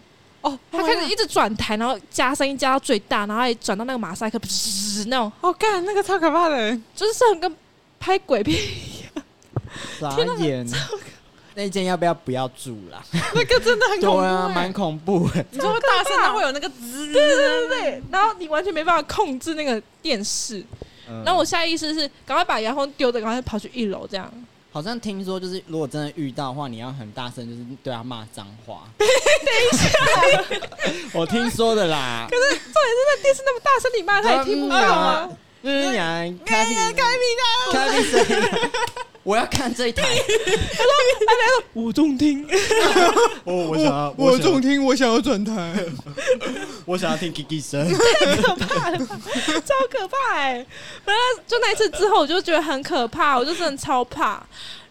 B: 哦，
A: 他开始一直转台，然后加声音加到最大，然后还转到那个马赛克，噗那种
B: 哦，干那个超可怕的。
A: 就是像跟拍鬼片
C: 傻眼。啊那间要不要不要住啦？
B: 那个真的很恐怖、
C: 对
B: 欸，
C: 啊，蛮恐 怖的。
B: 你说会大声，它会有那个滋，对对对对，
A: 然后你完全没办法控制那个电视。
C: 嗯
A: 然后我下意识是赶快把遥控丢着，赶快跑去一楼这样。
B: 嗯
C: 好像听说，就是如果真的遇到的话，你要很大声，就是对他骂脏 话。等一下，我听说的啦。可
A: 电视那么大声，你骂他也听不到啊吗？？
B: 嗯
C: 啊就是你开
B: 哎
C: 闭
B: 呀，开屏啦！
C: 开闭 声，我要看这一 台。
A: 我中听，
C: 哦我我
B: 中听，我想要转台。
C: 我想要听 Kiki 声。
A: 可怕了吧，超可怕哎、欸！反正就那一次之后，我就觉得很可怕，我就真的超怕。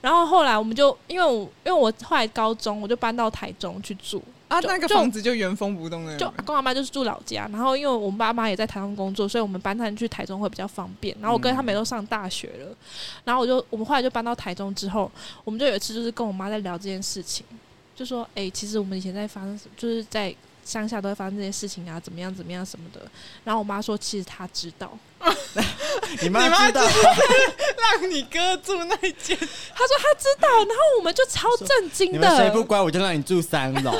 A: 然后后来我们就因为我因为我后来高中我就搬到台中去住，
B: 啊，
A: 就
B: 那个
A: 就
B: 房子就原封不动的，
A: 就阿哎公阿妈就是住老家，然后因为我们爸妈也在台中工作，所以我们搬他去台中会比较方便。然后我跟他们也都上大学了，然后我就我们后来就搬到台中之后，我们就有一次就是跟我妈在聊这件事情，就说哎、诶其实我们以前在发生什，就是在乡下都会发生这些事情啊，怎么样怎么样什么的。然后我妈说，其实她知道，
C: 你
B: 你妈
C: 妈知道，
B: 让你哥住那一间，
A: 她说她知道，然后我们就超震惊
C: 你
A: 的，
C: 们谁不乖，我就让你住三 楼。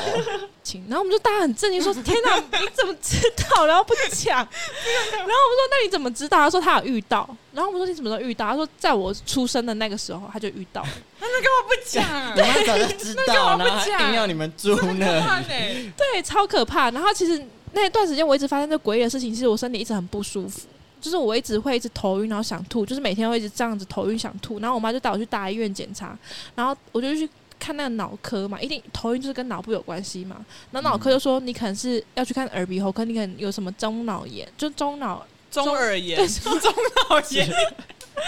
A: 情，然后我们就大家很震惊，说：“天哪，你怎么知道？” 然后不讲，然后我们说：“那你怎么知道？”他说：“他有遇到。”然后我们说：“你什么时候遇到？”他说：“在我出生的那个时候，他就遇到了。
B: 那你干嘛不讲
C: 你？妈早就知道，
B: 那干嘛不
C: 然后还
B: 讲
C: 硬要你们啊住
B: 怕
C: 那里。
B: 呢？”
A: 对，超可怕。然后其实那段时间我一直发生这诡异的事情，其实我身体一直很不舒服，就是我一直会一直头晕，然后想吐，就是每天会一直这样子头晕想吐。然后我妈就带我去大医院检查，然后我就去。看那个脑科嘛，一定头晕就是跟脑部有关系嘛。然后脑科就说你可能是要去看耳鼻喉科，你可能有什么中脑炎，就中脑
B: 中耳炎、 中脑炎、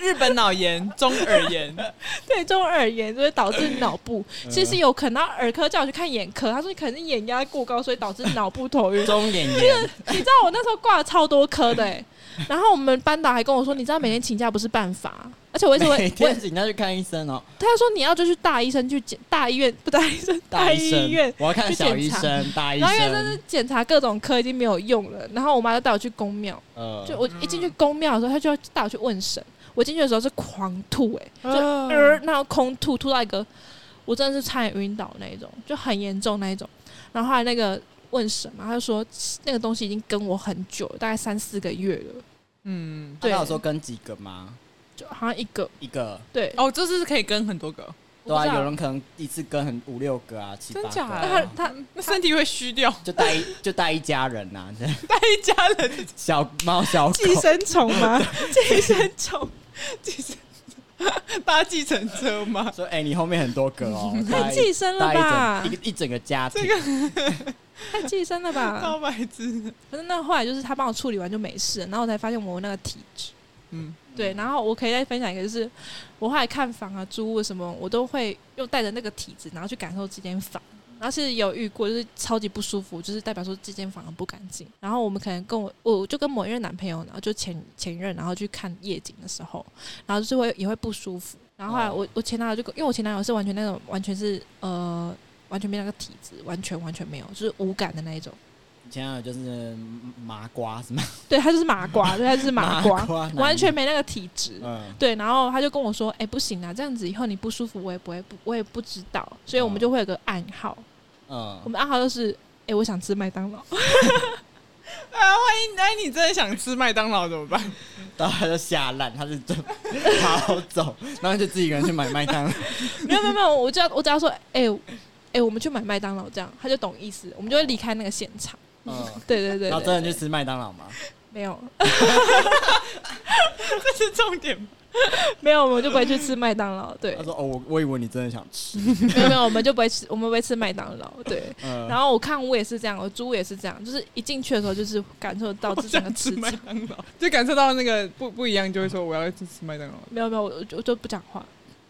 B: 日本脑炎、中耳炎，
A: 对中耳炎就会导致脑部，其实有可能然后耳科叫我去看眼科，他说你可能是眼压过高，所以导致脑部头晕。
C: 中眼 炎，
A: 你知道我那时候挂了超多科的、欸，然后我们班导还跟我说，你知道每天请假不是办法，而且我一直会
C: 每
A: 我
C: 天请他去看医生哦，
A: 他就说你要就去大医生去 检大医院不大医生
C: 大医
A: 医院
C: 生，，我要看
A: 去
C: 小医
A: 检查
C: 生，大医
A: 然后因为真是
C: 生，
A: 检查各种科已经没有用了，然后我妈就带我去公庙，
C: 呃
A: 就我一进去公庙的时候，她就要带我去问神，我进去的时候是狂吐、欸，就
B: 啊
A: 呃，那空吐吐到一个，我真的是差点晕倒那一种，就很严重那一种。然后后来那个问神嘛，他就说那个东西已经跟我很久了，大概三四个月了，
B: 嗯，
A: 对
C: 他有说跟几个吗？
A: 就好像一个
C: 一个，
A: 对。
B: 哦，这是可以跟很多个，
A: 我
C: 对
A: 不
C: 啊，
A: 知道
C: 有人可能一次跟很五六个啊，七八
B: 真
C: 个
B: 假
A: 那他
C: 啊，
A: 他
B: 那身体会虚掉，
C: 就带一就带一家人呐，这样
B: 带 一家人
C: 小猫小狗，
A: 寄生虫吗？ 寄生 虫，
B: 计程车搭计程车吗？
C: 说哎，你后面很多个 哦，
A: 太
C: 带
A: 寄生了
C: 带一
A: 吧
C: 整一？个一整个家庭，
A: 太寄生了吧
B: 超？白痴，
A: 可是那后来就是他帮我处理完就没事了，然后我才发现我有那个体质。
B: 嗯，
A: 对，然后我可以再分享一个，就是我后来看房啊、租屋什么，我都会又带着那个体质，然后去感受这间房。然后是有遇过，就是超级不舒服，就是代表说这间房很不干净。然后我们可能跟我，我就跟某一任男朋友，然后就前前任，然后去看夜景的时候，然后就是会也会不舒服。然后后来我我前男友就跟因为我前男友是完全那种完全是呃完全没那个体质，完全完全没有，就是无感的那一种。
C: 以前有就是麻瓜什么
A: 对他就是麻瓜，对他就是麻瓜，
C: 瓜男
A: 完全没那个体质。
C: 嗯，
A: 对，然后他就跟我说：“哎、不行啊，这样子以后你不舒服，我也不会不，我也不知道。”所以我们
C: 嗯
A: 就会有个暗号，我
C: 嗯，
A: 们暗号就是：“哎、我想吃麦当劳。
B: 啊，万一哎，你真的想吃麦当劳怎么办？
C: 然后他就吓烂，他就就跑走，然后就自己一个人去买麦当劳。”
A: 没有没有没有，我就要我只要说：“哎、哎、我们去买麦当劳。”这样他就懂意思，我们就会离开那个现场。
C: 嗯，
A: 对对对
C: 然后
A: 对
C: 真的
A: 对
C: 去吃麦当劳吗？
A: 没有
B: 这是重点吗？
A: 没有，我们就不会去吃麦当劳。对
C: 他，说：“哦，我我以为你真的想 吃。
A: 没有没有，我们就不会吃，我们不会吃麦当劳。对。
C: 嗯”
A: 然后我看我也是这样，我租也是这样，就是一进去的时候就是感受到
B: 我
A: 这整个
B: 想
A: 刺
B: 吃
A: 激。
B: 麦当劳，就感受到那个不不一样，就会说我要去吃麦当劳。
A: 没有没有，我就我就不讲话。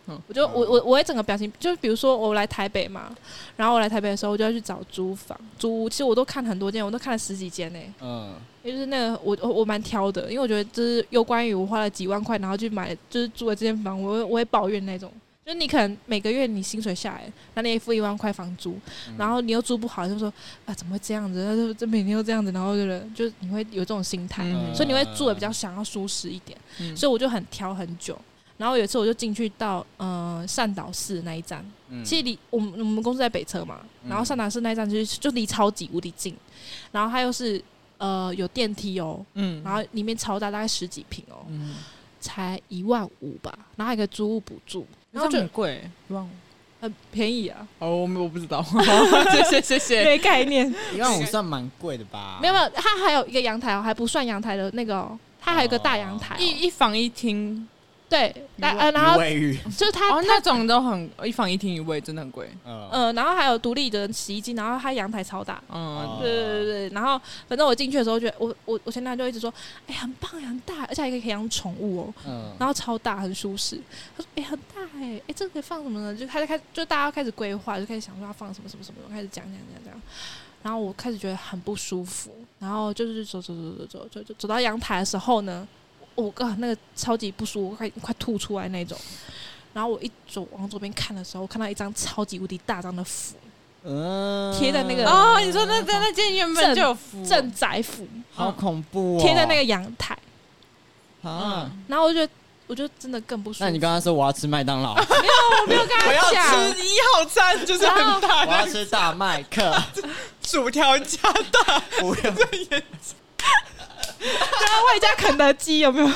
B: 嗯
A: 我就我我我会整个表情，就是比如说我来台北嘛，然后我来台北的时候，我就要去找租房、租屋。其实我都看很多间，我都看了十几间呢、
C: 嗯，
A: 也就是那个我我我蛮挑的，因为我觉得就是有关于我花了几万块，然后去买就是住的这间房，我会我会抱怨那种。就是你可能每个月你薪水下来，那你也付一万块房租，
B: 嗯
A: 然后你又租不好，就说啊怎么会这样子？ 这这每天都这样子，然后就是就是你会有这种心态，
B: 嗯
A: 所以你会住的比较想要舒适一点。
B: 嗯
A: 所以我就很挑很久。然后有一次我就进去到呃善导寺那一站，
C: 嗯
A: 其实离我们我们公司在北侧嘛，
C: 嗯
A: 然后善导寺那一站就是就离超级无敌近，然后它又是呃有电梯哦，
B: 嗯
A: 然后里面超大，大概十几平哦，
B: 嗯，
A: 才一万五吧，然后还可以租屋补助，
B: 然
A: 然后
B: 后
A: 就
B: 很贵，忘了
A: 很便宜 啊，
B: 哦，我们我不知道，谢谢谢谢。
A: 没概 念，
C: 一万五算蛮贵的吧？
A: 没有没有，它还有一个阳台哦，还不算阳台的那个哦，它还有一个大阳台哦、
B: 一一房一厅，
A: 对对，那
B: 鱼尾
A: 呃，然后
C: 鱼尾鱼，
A: 就是它
B: 哦，那种都很一房一厅一卫，真的很贵。
C: 嗯，
A: 呃，然后还有独立的洗衣机，然后它阳台超大。
B: 嗯
C: 哦，
A: 对对对对，然后反正我进去的时候，觉得我我我前男友就一直说，哎、很棒，很大，而且还可以养宠物哦，
C: 嗯，
A: 然后超大，很舒适。他说，哎、很大哎、哎、这个可以放什么呢？就开始开始就大家开始规划，就开始想说要放什么什么什么，开始讲讲讲讲。然后我开始觉得很不舒服，然后就是走走走走走走走走到阳台的时候呢，我个、啊、那个超级不舒服，我快快吐出来那种。然后我一左往左边看的时候，我看到一张超级无敌大张的符，
C: 嗯
A: 贴在那个
B: 哦，你说那在那间原本就有符
A: 镇宅符，
C: 好恐怖哦，
A: 贴在那个嗯阳台，
C: 个啊。
A: 然后我就我就真的更不舒服。
C: 那你刚刚说我要吃 麦当劳，我
A: 我没有跟
B: 我
A: 他
B: 要
A: 讲，
B: 吃一号餐，就是很大
C: 要
B: 的
C: 吃大麦克，
B: 薯条加大，
C: 不用
A: 然后外加肯德基有没 有？麦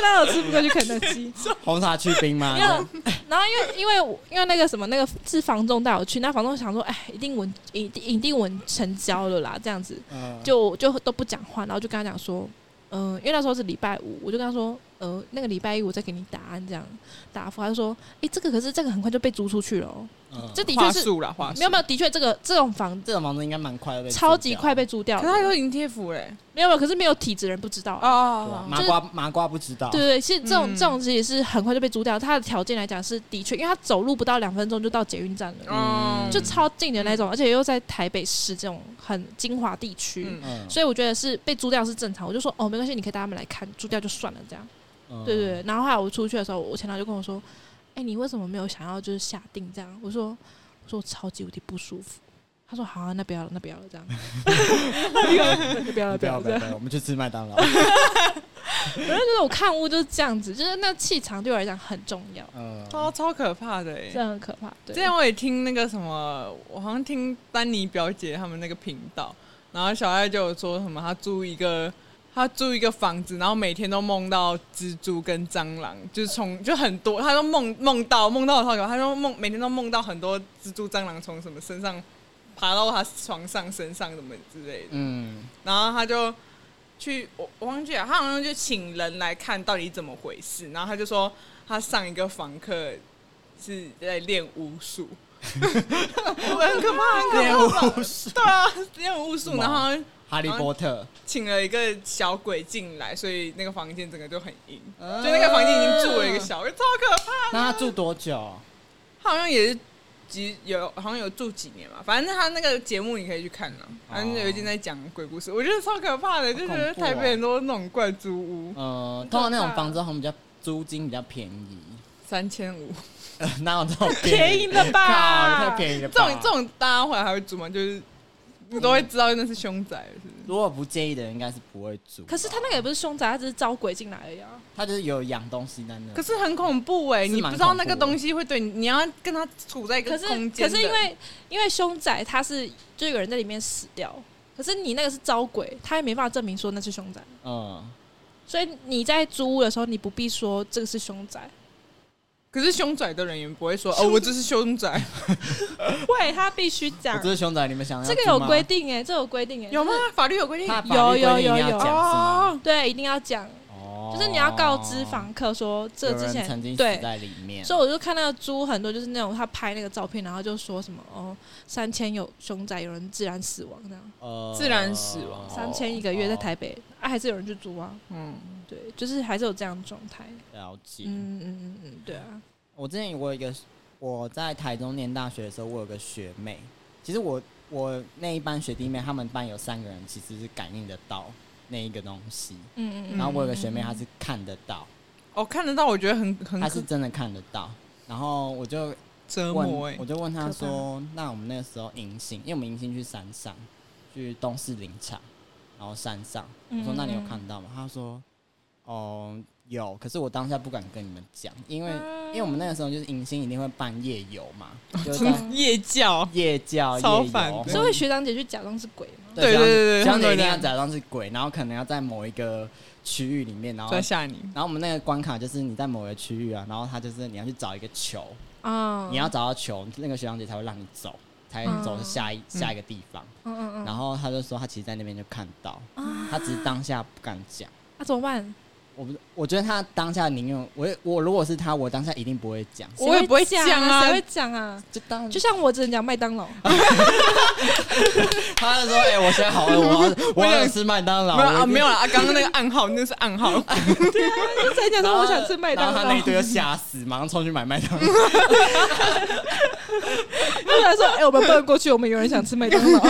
A: 当劳吃不过去肯德基，
C: 红茶去冰吗
A: 因为？然后因为因为我因为那个什么那个是房东带我去，那房东想说，哎，一定稳一定一定稳成交了啦，这样子
C: 嗯
A: 就就都不讲话，然后就跟他讲说，嗯、因为那时候是礼拜五，我就跟他说，呃，那个礼拜一我再给你答案这样答复，他就说，哎，这个可是这个很快就被租出去了、哦，
C: 嗯
A: 这的确
B: 话
A: 是
B: 术啦，啊话术
A: 没有没有，的确这个这种房
C: 这种房子应该蛮快被
A: 超级快
C: 被
A: 被租掉
B: 可
A: 了
B: 是，他都已经贴欸符嘞。
A: 没有没有，可是没有体质人不知道啊。
B: 哦，
C: 麻瓜麻瓜不知道，
A: 对对，其实这种、
B: 嗯
A: 这种其实是很快就被租掉。它的条件来讲是的确，因为它走路不到两分钟就到捷运站了，
C: 哦
B: 嗯，
A: 就超近的那种，而且又在台北市这种很精华地区，
B: 嗯
C: 嗯，
A: 所以我觉得是被租掉是正常。我就说哦，没关系，你可以带他们来看，租掉就算了这样。
C: 嗯
A: 对对，对，然后后来我出去的时候，我前男友就跟我说：“哎、你为什么没有想要就是下定这样？”我说：“我说我超级无敌不舒服。”他说：“好、啊，那不要了，那不要了，这 样， 那不要了，
C: 不
A: 不要
C: 要
A: 了，
C: 不
A: 这样
C: 要，。不要我们去吃麦 当劳。
A: 反正就是我看屋就是这样子，就是那气场对我来讲很重要，
C: 嗯，
B: 超哦超可怕的欸。
A: 这很可怕。对，
B: 之前我也听那个什么，我好像听丹尼表姐他们那个频道，然后小爱就有说什么，她租一个，她租一个房子，然后每天都梦到蜘蛛跟蟑螂，就是从就很多，她都梦梦到梦到好久，她说梦每天都梦到很多蜘蛛蟑螂从什么身上爬到她床上身上什么之类的。
C: 嗯，
B: 然后他就去，我我忘记了，他好像就请人来看到底怎么回事。然后他就说，他上一个房客是在练巫术，很可怕，很可
C: 猎
B: 怕。
C: 物是
B: 对啊，练巫术，
C: 哇
B: 然后
C: 哈利波特，
B: 请了一个小鬼进来，所以那个房间整个就很阴，嗯就那个房间已经住了一个小鬼，超可怕。
C: 那他住多久？
B: 他好像也是几有，好像有住几年嘛。反正他那个节目你可以去看了，反正有一天在讲鬼故事，我觉得超可怕的，就觉得
C: 哦好恐怖哦
B: 台北很多那种怪租屋，
C: 呃，通常那种房子好像比较租金比较便宜，
B: 三千五，
C: 呃哪有这种
B: 便宜了吧？
C: 靠太便宜了
B: 这
C: 吧
B: 种这种大家回来还会租吗？就是你都会知道那是凶宅，是不是？
C: 如果不介意的人，应该是不会住。
A: 可是他那个也不是凶宅，他只是招鬼进来而已啊。
C: 他就是有养东西在那。
B: 可是很恐怖哎、
C: 是
B: 你不
C: 蛮
B: 知道那个
C: 恐怖的
B: 东西会对你，你要跟他处在一个
A: 可是
B: 空间
A: 可
B: 的。
A: 是因为因为凶宅他是就有人在里面死掉，可是你那个是招鬼，他也没办法证明说那是凶宅。
C: 嗯，
A: 所以你在租屋的时候，你不必说这个是凶宅，
B: 可是凶宅的人也不会说哦，我这是凶宅，
A: 会他必须
C: 我
A: 讲
C: 这。是熊仔，你们想要
A: 这个
C: 住
A: 有
C: 吗
A: 规，定哎、这有规定哎、
B: 有吗？法律有规定
C: 他的法律
A: 有
C: 规定
A: 有
C: 一定
A: 有
C: 要讲是吗？
A: 对，一定要讲，
C: 哦
A: 就是你要告知房客说这
C: 有
A: 之
C: 人
A: 前
C: 曾经死
A: 对
C: 在里面，
A: 所以我就看那个猪很多，就是那种他拍那个照片，然后就说什么哦，三千有凶宅，有人自然死亡这样，
C: 呃
B: 自然死亡
A: 三千一个月在台
C: 哦
A: 北，啊，还是有人去租啊，
B: 嗯。
A: 对，就是还是有这样的状态。
C: 了解。
A: 嗯嗯嗯嗯，对啊，
C: 我之前我有一个我在台中念大学的时候，我有个学妹，其实我我那一班学弟妹，他们班有三个人其实是感应得到那一个东西，
A: 嗯嗯嗯，
C: 然后我有个学妹，她是看得到，
B: 哦，看得到，我觉得很很
C: 她是真的看得到。然后我就
B: 折
C: 问
B: 磨哎、，
C: 我就问她
A: 欸可怕
C: 说：“那我们那个时候迎新，因为我们迎新去山上，去东势林场，然后山上，我说
A: 嗯
C: 那你有看到吗？”她说：“哦，有，可是我当下不敢跟你们讲，因为
A: 嗯
C: 因为我们那个时候就是迎新一定会办夜游嘛，就是在
B: 从夜教，
C: 夜教
B: 哦超
C: 夜
B: 烦
C: 游
B: 的，
A: 所以学长姐去假装是鬼吗？
B: 对对对对
C: 这样
B: 他
C: 子
B: 们
C: 一定要
B: 都
C: 假装是鬼，然后可能要在某一个区域里面，然后
B: 在吓你，
C: 然后我们那个关卡就是你在某个区域啊，然后他就是你要去找一个球，
B: 嗯
A: 啊，
C: 你要找到球，那个学长姐才会让你走，才能走下一下一个地方。
A: 嗯嗯嗯，
C: 然后他就说他其实在那边就看到，
A: 啊
C: 他只是当下不敢讲，
A: 那怎么办？
C: 我不是，我觉得他当下宁愿我也我如果是他，我当下一定不会讲，
B: 我也不会
A: 谁
B: 讲啊
A: 谁会讲啊？
C: 就当
A: 就像我只能讲麦 当劳，
C: 他就说：“哎、我现在好饿， 我要我要吃麦当劳。
B: 没有啊，没有
C: 我一定
B: 啦，啊刚刚那个暗号，那是 暗号。
A: 就只能讲
C: 啊然
A: 说
C: 后
A: 我想吃麦当
C: 然后
A: 劳
C: 他那。一堆就吓死，马上冲去买麦当劳。
A: 他来说：“哎、我们不能过去，我们有人想吃麦当劳。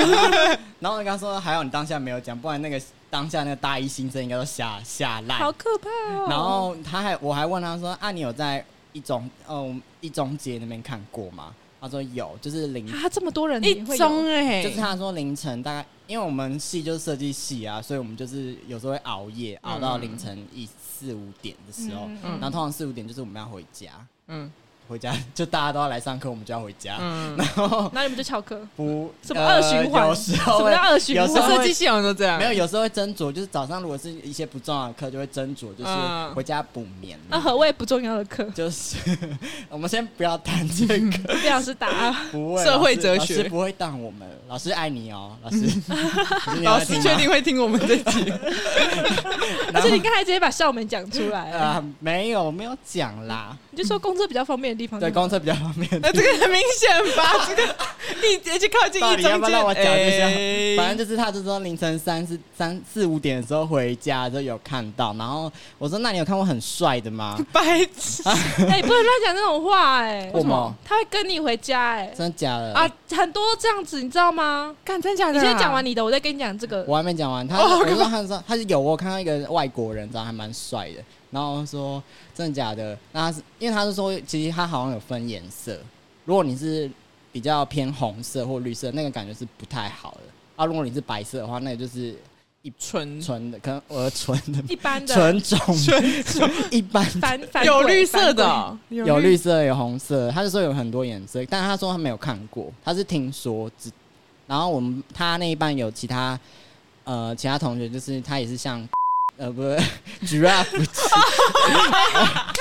C: 然后我跟他说：“还好你当下没有讲，不然那个当下那个大一新生应该都吓吓”烂。
A: 好可怕哦！
C: 然后他还我还问他说：“啊，你有在一中嗯一中街那边看过吗？”他说：“有，就是凌
A: 啊，这么多人
B: 一
A: 你会有
B: 中哎、
C: 就是他说凌晨大概，因为我们系就是设计系啊，所以我们就是有时候会熬夜，熬到凌晨一四五点的时候，
A: 嗯
B: 嗯
C: 然后通常四五点就是我们要回家，
B: 嗯
C: 回家 就大家都要来上课，我们就要回家，
B: 嗯，
C: 然后
A: 那你们就翘课？
C: 不
A: 什么二循环
C: 呃有时
A: 什
C: 候
A: 么
C: 会
A: 叫二循
C: 有
A: 环？
C: 时
B: 我
C: 候
B: 设计系统都这样，
C: 没有，有时候会斟酌，就是早上如果是一些不重要的课，就会斟酌，就是
B: 嗯
C: 回家补眠。
A: 那何谓不重要的 课？
C: 就是我们先不要谈这个，
A: 被老师打，
C: 不会
B: 社会
C: 老师
B: 哲
C: 老师
B: 学
C: 不会当我们，老师爱你哦，老师，老师你有
B: 嗯老
C: 在
B: 师
C: 听
B: 确
C: 吗
B: 定会听啊我们这集，
A: 而且你刚才直接把校门讲出来，
C: 呃，没有没有讲啦，
A: 你就说公厕比较方便的地方。
C: 对，公厕比较方便。
B: 那这个很明显吧？ 这个一而且靠近
C: 到
B: 一
C: 底
B: 中间，
C: 要不要让我讲一下？
B: 哎
C: 反正就是他就说凌晨三四三四五点的时候回家就有看到，然后我说那你有看过很帅的吗？
B: 白痴
A: 哎、不能乱讲这种话哎、
C: 为什么？
A: 他会跟你回家哎、
C: 真的假的？
A: 啊，很多这样子，你知道吗？
B: 干真假的啊
A: 你
B: 啦？
A: 先讲完你的，我再啊跟你讲这个。
C: 我还没讲完，他
B: 哦
C: 我说他说他是有我有看到一个外国人，长得还蛮帅的，然后我说真的假的？那他是因为他是说其实他好像有分颜色，如果你是比较偏红色或绿色，那个感觉是不太好的啊。如果你是白色的话，那个就是
B: 纯
C: 纯的，可能我纯的
A: 一般的
C: 纯种
B: 纯
C: 一般
A: 反反
B: 有
A: 鬼
B: 绿色的
A: 反
B: 哦，
C: 有绿色有红色，他就说有很多颜色，但他说他没有看过，他是听说。只然后我们他那一班有其他呃其他同学，就是他也是像呃不是 giraffe，
A: 鬼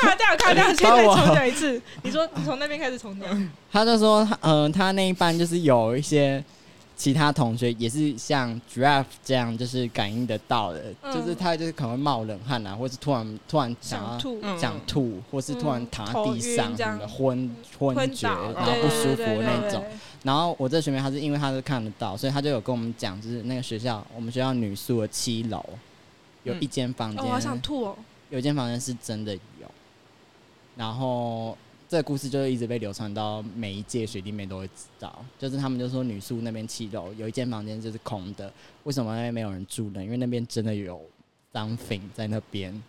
A: 卡掉卡掉，现在重讲一次。你说你从那边开始重讲，
C: 他就说他呃他那一班就是有一些其他同学也是像 giraffe 这样，就是感应得到的，
A: 嗯
C: 就是他就是可能会冒冷汗啊，或是突然突然想要
A: 想吐。
B: 嗯
C: 想吐，或是突然
A: 嗯
C: 躺在
A: 头
C: 地
A: 晕
C: 上
A: 这
C: 什
A: 样
C: 么的昏昏厥，
A: 倒，
C: 然后不舒
A: 对
C: 服
A: 对对
C: 那
A: 对
C: 种
A: 对。
C: 然后我这学妹她是因为她是看得到，所以她就有跟我们讲，就是那个学校我们学校女宿的七楼有一间房间，
A: 哦，我好想吐哦！
C: 有一间房间是真的有。然后这个故事就一直被流传到每一届学弟妹都会知道，就是他们就说女宿那边七楼有一间房间就是空的，为什么那边没有人住呢？因为那边真的有 something 在那边，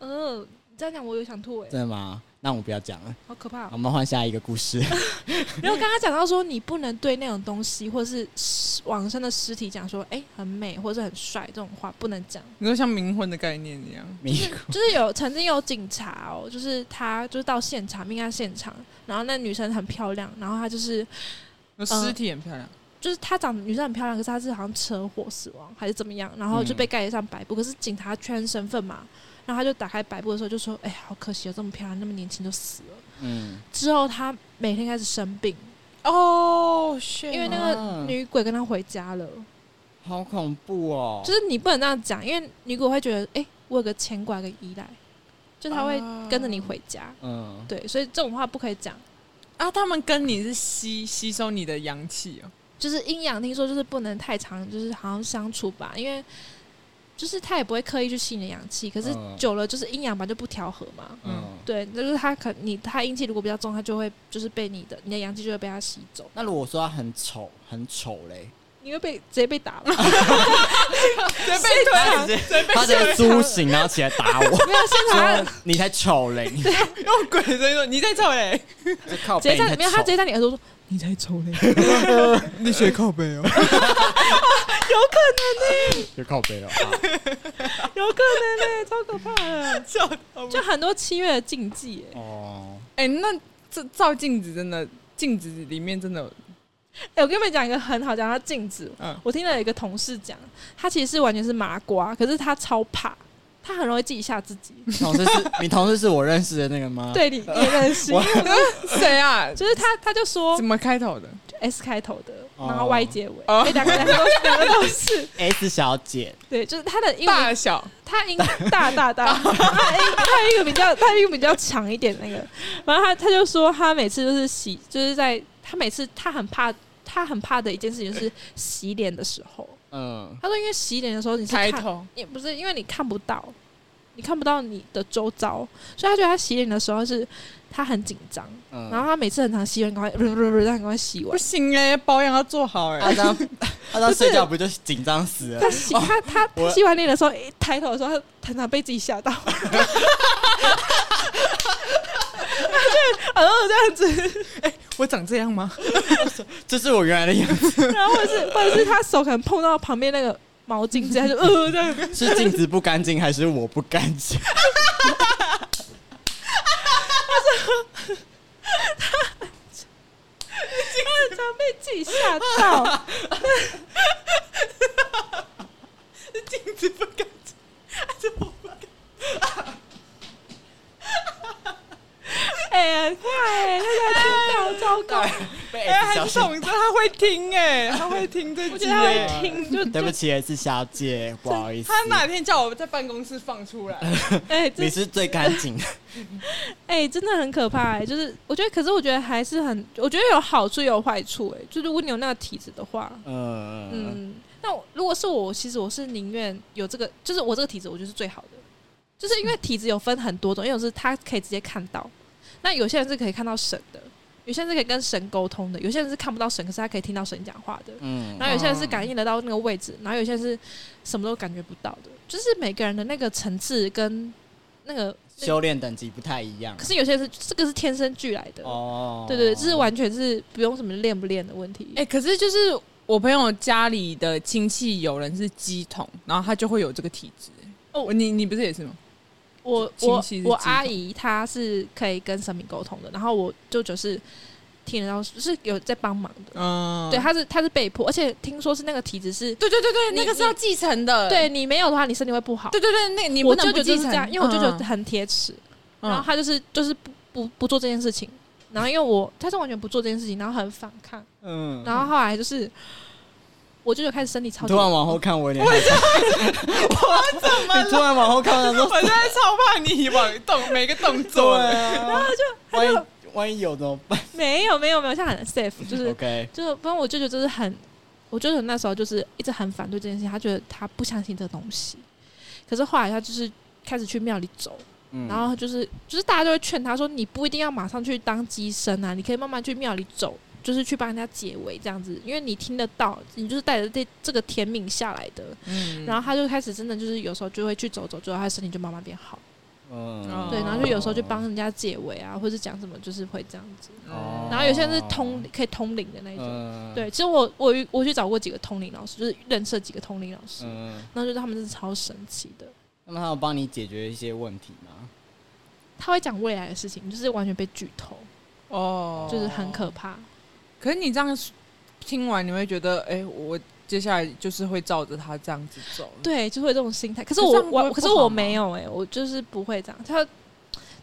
A: 呃，你这样讲我有想吐哎，
C: 真的吗？那我不要讲了，
A: 好可怕哦
C: 我！们换下一个故事。
A: 因为刚刚讲到说，你不能对那种东西或是尸往生的尸体讲说，哎、很美或者很帅这种话不 能讲。
B: 嗯你说像冥婚的概念一样，
C: 迷
A: 就是有曾经有警察哦，就是他就是到现场命案现场，然后那女生很漂亮，然后她就是
B: 那尸体很漂亮，
A: 就是她长女生很漂亮，可是她是好像车祸死亡还是怎么样，然后就被盖上白布，可是警察圈身份嘛，然后他就打开白布的时候就说，哎、好可惜哦，这么漂亮，那么年轻就死了。
C: 嗯，
A: 之后她每天开始生病，
B: 哦，因
A: 因为那
C: 啊
A: 个女鬼跟她回家了。
C: 好恐怖哦！
A: 就是你不能这样讲，因为女鬼会觉得，哎、我有个牵挂跟依赖，就她
B: 啊
A: 会跟着你回家。
C: 嗯，
A: 对，所以这种话不可以讲。
B: 啊，他们跟你是吸吸收你的阳气哦，
A: 就是阴阳，听说就是不能太长，就是好像相处吧，因为就是他也不会刻意去吸你的阳气，可是
C: 嗯
A: 久了就是阴阳吧就不调和嘛。
C: 嗯。
A: 对，那就是他可你他阴气如果比较重，他就会就是被你的你的阳气就会被他吸走，
C: 那如果说他很丑，很丑 嘞，
A: 你会被直接被打了。
B: 随便推，随
C: 他
B: 便
C: 在苏醒，然后起来打我，
A: 没有现场
C: 说你才丑嘞，你就
B: 用鬼在说你在臭嘞，
C: 靠
A: 直接
C: 背
A: 在没有他直
C: 接
A: 接在你耳朵说
B: 你在臭嘞，你学靠背 哦，
A: 欸
C: 就靠背了。啊
A: 有可能嘞、超可怕的。
B: 笑到不
A: 就很多七月的禁忌、欸，
C: 哦，
B: 哎、那这照镜子真的，镜子里面真的，
A: 哎、我跟你们讲一个很好讲到镜子，
B: 嗯
A: 我听到有一个同事讲，他其实是完全是麻瓜，可是他超怕，他很容易记一下自己。
B: 嗯
C: 你同事是你同事是我认识的那个吗？，
A: 对你你也认识，
C: 我
A: 就是
B: 谁啊？
A: 就是他他就说
B: 怎么开头的？
A: S 开头的，
C: 哦
A: 然后 Y 结尾，
B: 哦
A: 哎、两个两个都是，两个都是，
C: S 小姐，
A: 对，就是它的英文
B: 大小
A: 它英大大 大，它英它英文比较它英文比较长一点那个，然后他他就说他每次就是洗，就是在他每次他很怕他很怕的一件事情就是洗脸的时候，
C: 嗯，
A: 他说因为洗脸的时候你是
B: 抬
A: 看，
B: 头，
A: 也不是因为你看不到，你看不到你的周遭，所以他觉得他洗脸的时候是他很紧张，
C: 嗯
A: 然后他每次很常洗完，赶快不不不不，他很快洗
B: 不
A: 完。
B: 行哎、保养要做好哎、
C: 他这 样他这样睡觉不就紧张死了
A: 他？洗他他他
C: 我
A: 洗完脸的时候，一抬头的时候，他常常被自己吓到。 他就好像我呃这样子，
B: 我长这样吗？
C: 这是我原来的样子，
A: 然后或者是或者是他手可能碰到旁边那个毛巾之类，他就呃这样。
C: 是镜子不干净还是我不干净？
A: 他常被自己吓 到，
B: 镜子不干净，还是我不干净？
A: 哎呀，快，他要听到，糟糕！
C: 被
B: 哎、
C: S
B: 还
C: 小
B: 是
C: 姐，
B: 懂这，他会听哎、他会听这
A: 我觉
B: 集
A: 得他
B: 哎、
A: 会听，就
C: 对不
A: 就
C: 起，S 小姐，不好意思，
B: 他哪天叫我在办公室放出来？
A: 哎，这
C: 你是最干净的，
A: 哎、真的很可怕、哎，就是我觉得，可是我觉得还是很，我觉得有好处也有坏处、哎，就如果你有那个体质的话，
C: 嗯嗯
A: 嗯，那我如果是我，其实我是宁愿有这个，就是我这个体质，我觉得是最好的，就是因为体质有分很多种，因为有是他可以直接看到，那有些人是可以看到神的，有些人是可以跟神沟通的，有些人是看不到神，可是他可以听到神讲话的，
C: 嗯
A: 然后有些人是感应得到那个位置，然后有些人是什么都感觉不到的，就是每个人的那个层次跟那个。那个
C: 修炼等级不太一样
A: 可是有些人是这个是天生俱来的，
C: 哦，
A: 对对，对，这是完全是不用什么练不练的问题。
B: 哎、可是就是我朋友家里的亲戚有人是鸡桶，然后他就会有这个体质。哦，你你不是也是吗？
A: 我
B: 亲
A: 我
B: 戚是
A: 我
B: 鸡同
A: 阿姨她是可以跟神明沟通的，然后我舅舅是听得到，是有在帮忙的。
B: 嗯，
A: 对，她是她是被迫，而且听说是那个体质是，
B: 对对对对，
A: 你
B: 那个是要继承的。
A: 对你没有的话，你身体会不好。
B: 对对对，那你
A: 我
B: 不能
A: 舅
B: 不
A: 舅就
B: 继
A: 是
B: 承
A: 这样，因为我舅舅
B: 嗯
A: 很铁齿，
B: 嗯
A: 然后他就是就是不不不做这件事情，然后因为我他是完全不做这件事情，然后很反抗，
C: 嗯
A: 然后后来就是我舅舅开始身体超级
C: 突然往后看，我有点害怕， 我怎么？你突然往后看，我想说，
B: 我现在超怕你往动每个动作
C: 对。啊，然后就万一万一有怎么办
A: 没有没有没有，像很 safe，就是
B: 哦
C: ？OK，
A: 就反正我舅舅就是很，我舅舅那时候就是一直很反对这件事情，他觉得他不相信这东西。可是后来他就是开始去庙里走，
C: 嗯
A: 然后就是就是大家都会劝他说，你不一定要马上去当机身啊，你可以慢慢去庙里走，就是去帮人家解围这样子，因为你听得到，你就是带着这这个天命下来的。
B: 嗯
A: 然后他就开始真的就是有时候就会去走走，走，他身体就慢慢变好。
C: 嗯
A: 对，然后就有时候去帮人家解围啊，或是讲什么，就是会这样子。
B: 嗯
C: 哦
A: 然后有些人是通可以通灵的那一种。
C: 嗯，
A: 对，其实我我遇我去找过几个通灵老师，就是认识了几个通灵老师，
C: 嗯，
A: 然后就是他们真的超神奇的，
C: 那么他有帮你解决一些问题吗？
A: 他会讲未来的事情，就是完全被剧透，
B: 哦
A: 就是很可怕。
B: 可是你这样听完，你会觉得，哎、我接下来就是会照着他这样子走。
A: 对，就会有这种心态。可是
B: 可是
A: 我
B: 这样不会
A: 我可是
B: 不好
A: 我
B: 吗
A: 没有哎、我就是不会这样。他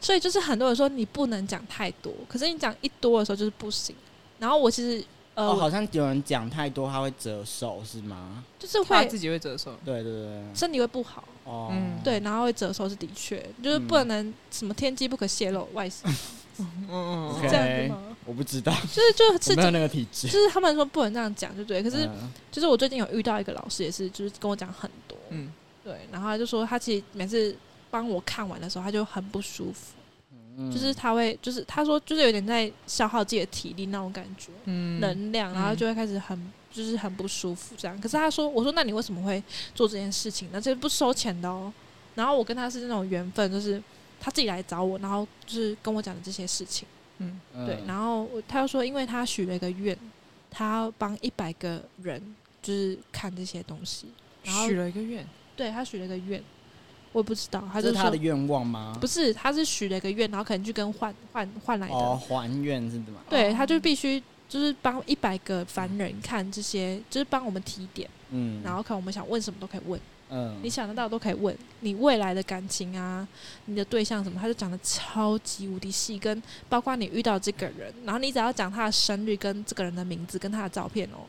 A: 所以就是很多人说你不能讲太多，可是你讲一多的时候就是不行。然后我其实呃，
C: 哦，
A: 我
C: 好像有人讲太多，他会折寿是吗？
A: 就是
B: 他
A: 会
B: 自己会折寿。
C: 对对对，
A: 身体会不好，
C: 哦，
B: 嗯
A: 对，然后会折寿是的确，就是不
C: 嗯
A: 能什么天机不可泄露外事，
B: 嗯嗯
A: 是
B: 嗯
C: OK
A: 这样子吗？
C: 我不知道，
A: 就是就
C: 我
A: 是
C: 没有那个体质
A: 就。是他们说不能这样讲，对不对？可是
C: 嗯
A: 就是我最近有遇到一个老师，也是就是跟我讲很多，
B: 嗯，
A: 对，然后他就说他其实每次帮我看完的时候，他就很不舒服，
C: 嗯
A: 就是他会就是他说就是有点在消耗自己的体力那种感觉，
B: 嗯
A: 能量，然后
B: 嗯
A: 就会开始很。就是很不舒服这样，可是他说：“我说那你为什么会做这件事情呢？这不收钱的哦。”然后我跟他是那种缘分，就是他自己来找我，然后就是跟我讲的这些事情。
B: 嗯
A: 对，
C: 后
A: 然后我他又说，因为他许了一个愿，他要帮一百个人就是看这些东西，然后
B: 许了一个愿，对
A: 对他许了一个愿，我也不知道，他就
C: 这
A: 是说
C: 他的愿望吗？
A: 不是，他是许了一个愿，然后可能去跟换换换来的，
C: 哦，还愿是怎么？
A: 对，
B: 哦
A: 他就必须就是帮一百个凡人看这些，就是帮我们提点，
C: 嗯，
A: 然后可能我们想问什么都可以问，
C: 嗯，
A: 你想得到都可以问，你未来的感情啊，你的对象什么，他就讲的超级无敌细，跟包括你遇到这个人，然后你只要讲他的生日跟这个人的名字跟他的照片哦，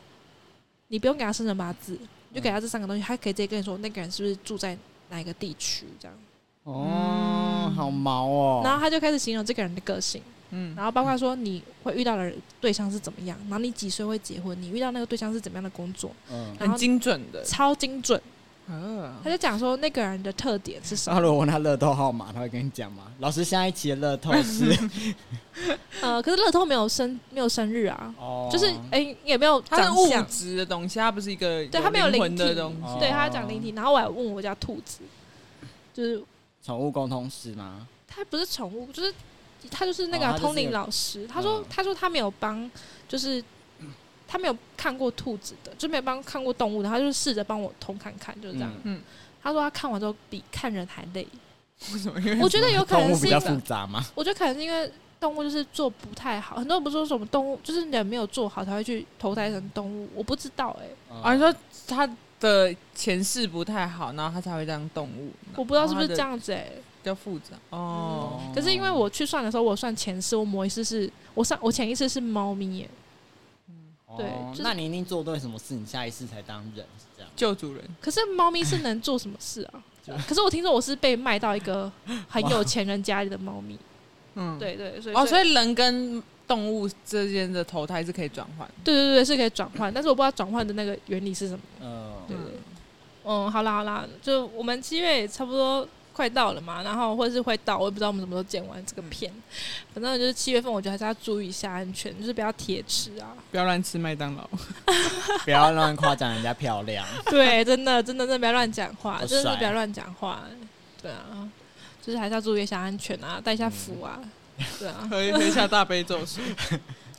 A: 你不用给他生辰八字，你就给他这三个东西，他可以直接跟你说那个人是不是住在哪一个地区这样。
C: 哦，好毛哦。
A: 嗯然后他就开始形容这个人的个性，
B: 嗯，
A: 然后包括说你会遇到的对象是怎么样，然后你几岁会结婚，你遇到那个对象是怎么样的工作，
C: 嗯，
A: 然
B: 很
A: 后
B: 精准的，
A: 超精准。
B: 嗯
A: 他，就讲说那个人的特点是什
C: 然后
A: 么，
C: 如果问他乐透号码，他会跟你讲吗？老师，下一期的乐透 是
A: 呃，可是乐透没有生没有生日啊，
C: 哦，
A: 就是哎、也没有
B: 它是
A: 长
B: 物
A: 相，
B: 质的东西，它不是一个
A: 对他没有
B: 灵魂
A: 灵
B: 的
A: 体
B: 东西。
C: 哦
A: 对他讲灵体，然后我还问我家兔子，就是
C: 宠物沟通师吗？
A: 他不是宠物，就是他就是那个、
C: 哦他就是
A: 通
C: 一
A: 灵
C: 个
A: 老师，他说、
C: 嗯
A: 他说他没有帮，就是他没有看过兔子的，就没有帮看过动物的，他就是试着帮我通看看，就是这样。
C: 嗯
B: 嗯，
A: 他说他看完之后比看人还 累，
B: 为什么？因为
A: 我觉得有可
C: 动
A: 能
C: 物
A: 是
C: 比
A: 因
C: 较
A: 为
C: 复杂吗？
A: 我觉得可能是因为动物就是做不太好，很多人不是说什么动物就是人没有做好才会去投胎成动物，我不知道哎、
C: 嗯
B: 啊，你说他的前世不太好，然后他才会当动物，
C: 嗯
A: 我不知道
C: 哦
A: 是不是
B: 然后它的
A: 这样子哎、
B: 比较复杂哦。
A: 可是因为我去算的时候，我算前世，我某一世是我上我前一世是猫咪耶、对
C: 哦
A: 就是
C: 那你一定做对什么事，你下一次才当人是这样。
B: 救主人，
A: 可是猫咪是能做什么事啊
C: 就？
A: 可是我听说我是被卖到一个很有钱人家里的猫咪，
B: 嗯，
A: 对对，所以
B: 哦，所
A: 以
B: 以人跟动物之间的投胎是可以转换。
A: 对对对是可以转换，但是我不知道转换的那个原理是什么。
C: 嗯，
B: 嗯
A: 对对，嗯，好啦好啦，就我们七月也差不多快到了嘛，然后或者是会到，我也不知道我们什么时候剪完这个片。反正就是七月份，我觉得还是要注意一下安全，就是不要铁齿啊。
B: 不要乱吃麦当 劳。
C: 不要乱夸奖人家漂 亮。
A: 对，真的真的真的不要乱讲话，
C: 好
A: 真的
C: 帅啊
A: 是不要乱讲话。对啊，就是还是要注意一下安全啊，带一下符啊。
C: 嗯
A: 对啊，
B: 喝一喝一下大悲咒 水。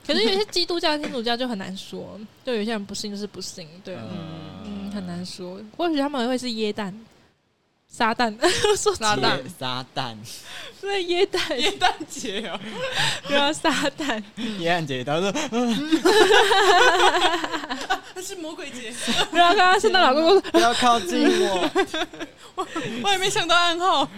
A: 可是有些基督教、天主教就很难说，就有些人不信就是不信，对啊，嗯，
C: 嗯
A: 很难说。或许他们会是耶诞、撒旦， 说
B: 撒旦
C: 耶撒旦，
A: 对耶诞，
B: 元旦节哦，
A: 不要撒旦，
C: 耶诞节，他说
B: 那是魔鬼节，
A: 不要刚刚圣诞老公公，
C: 不要靠近我，
B: 我还没想到暗号。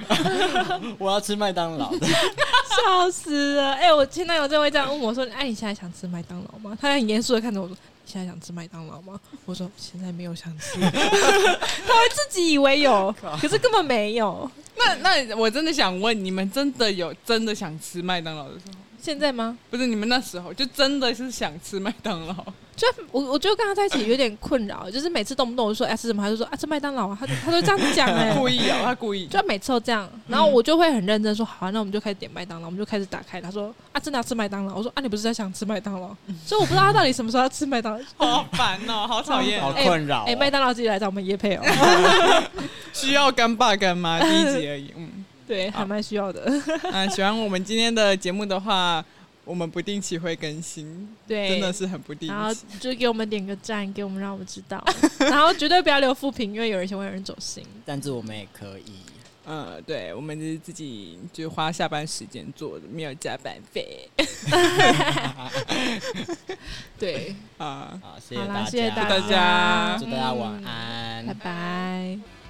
C: 我要吃麦当 劳的。
A: 笑死了。哎、我前男友就会这样问我说：“哎，你现在想吃麦当劳吗？”他很严肃的看着我说：“你现在想吃麦当劳吗？”我说：“现在没有想吃。” 他会自己以为有，可是根本没有。
B: 那那我真的想问，你们真的有真的想吃麦当劳的时候？
A: 现在吗？
B: 不是你们那时候就真的是想吃麦当劳，
A: 就我，我就跟他在一起有点困扰，就是每次动不动我就说哎、吃什么，他就说啊吃麦当劳啊，他就他就这样讲 哎、
B: 故意哦，他故意。
A: 就每次都这样，然后我就会很认真说好、啊，那我们就开始点麦当劳，我们就开始打开。他说啊真的要吃麦当劳，我说啊你不是在想吃麦当劳，所以我不知道他到底什么时候要吃麦当劳。
B: 好烦 哦，好讨厌哦
C: 好，困扰哦。
A: 哎、麦当劳自己来找我们叶配哦，
B: 需要干爸干 妈第一集而已。嗯，
A: 对，还蛮需要的。
B: 那喜欢我们今天的节目的话，我们不定期会更新，
A: 对，
B: 真的是很不定
A: 然后
B: 期。
A: 就给我们点个赞，给我们让我们知 道，然后绝对不要留负评，因为有人喜欢有人走心。
C: 但是我们也可以。
B: 呃，对，我们就是自己就花下班时间做的，没有加班费
A: 对，
B: 啊。
C: 好，
A: 好
C: 谢谢
A: 啦，
C: 大
A: 谢谢
C: 家，
A: 大嗯
B: 大家嗯
C: 祝大家晚安，
A: 拜拜。
C: 拜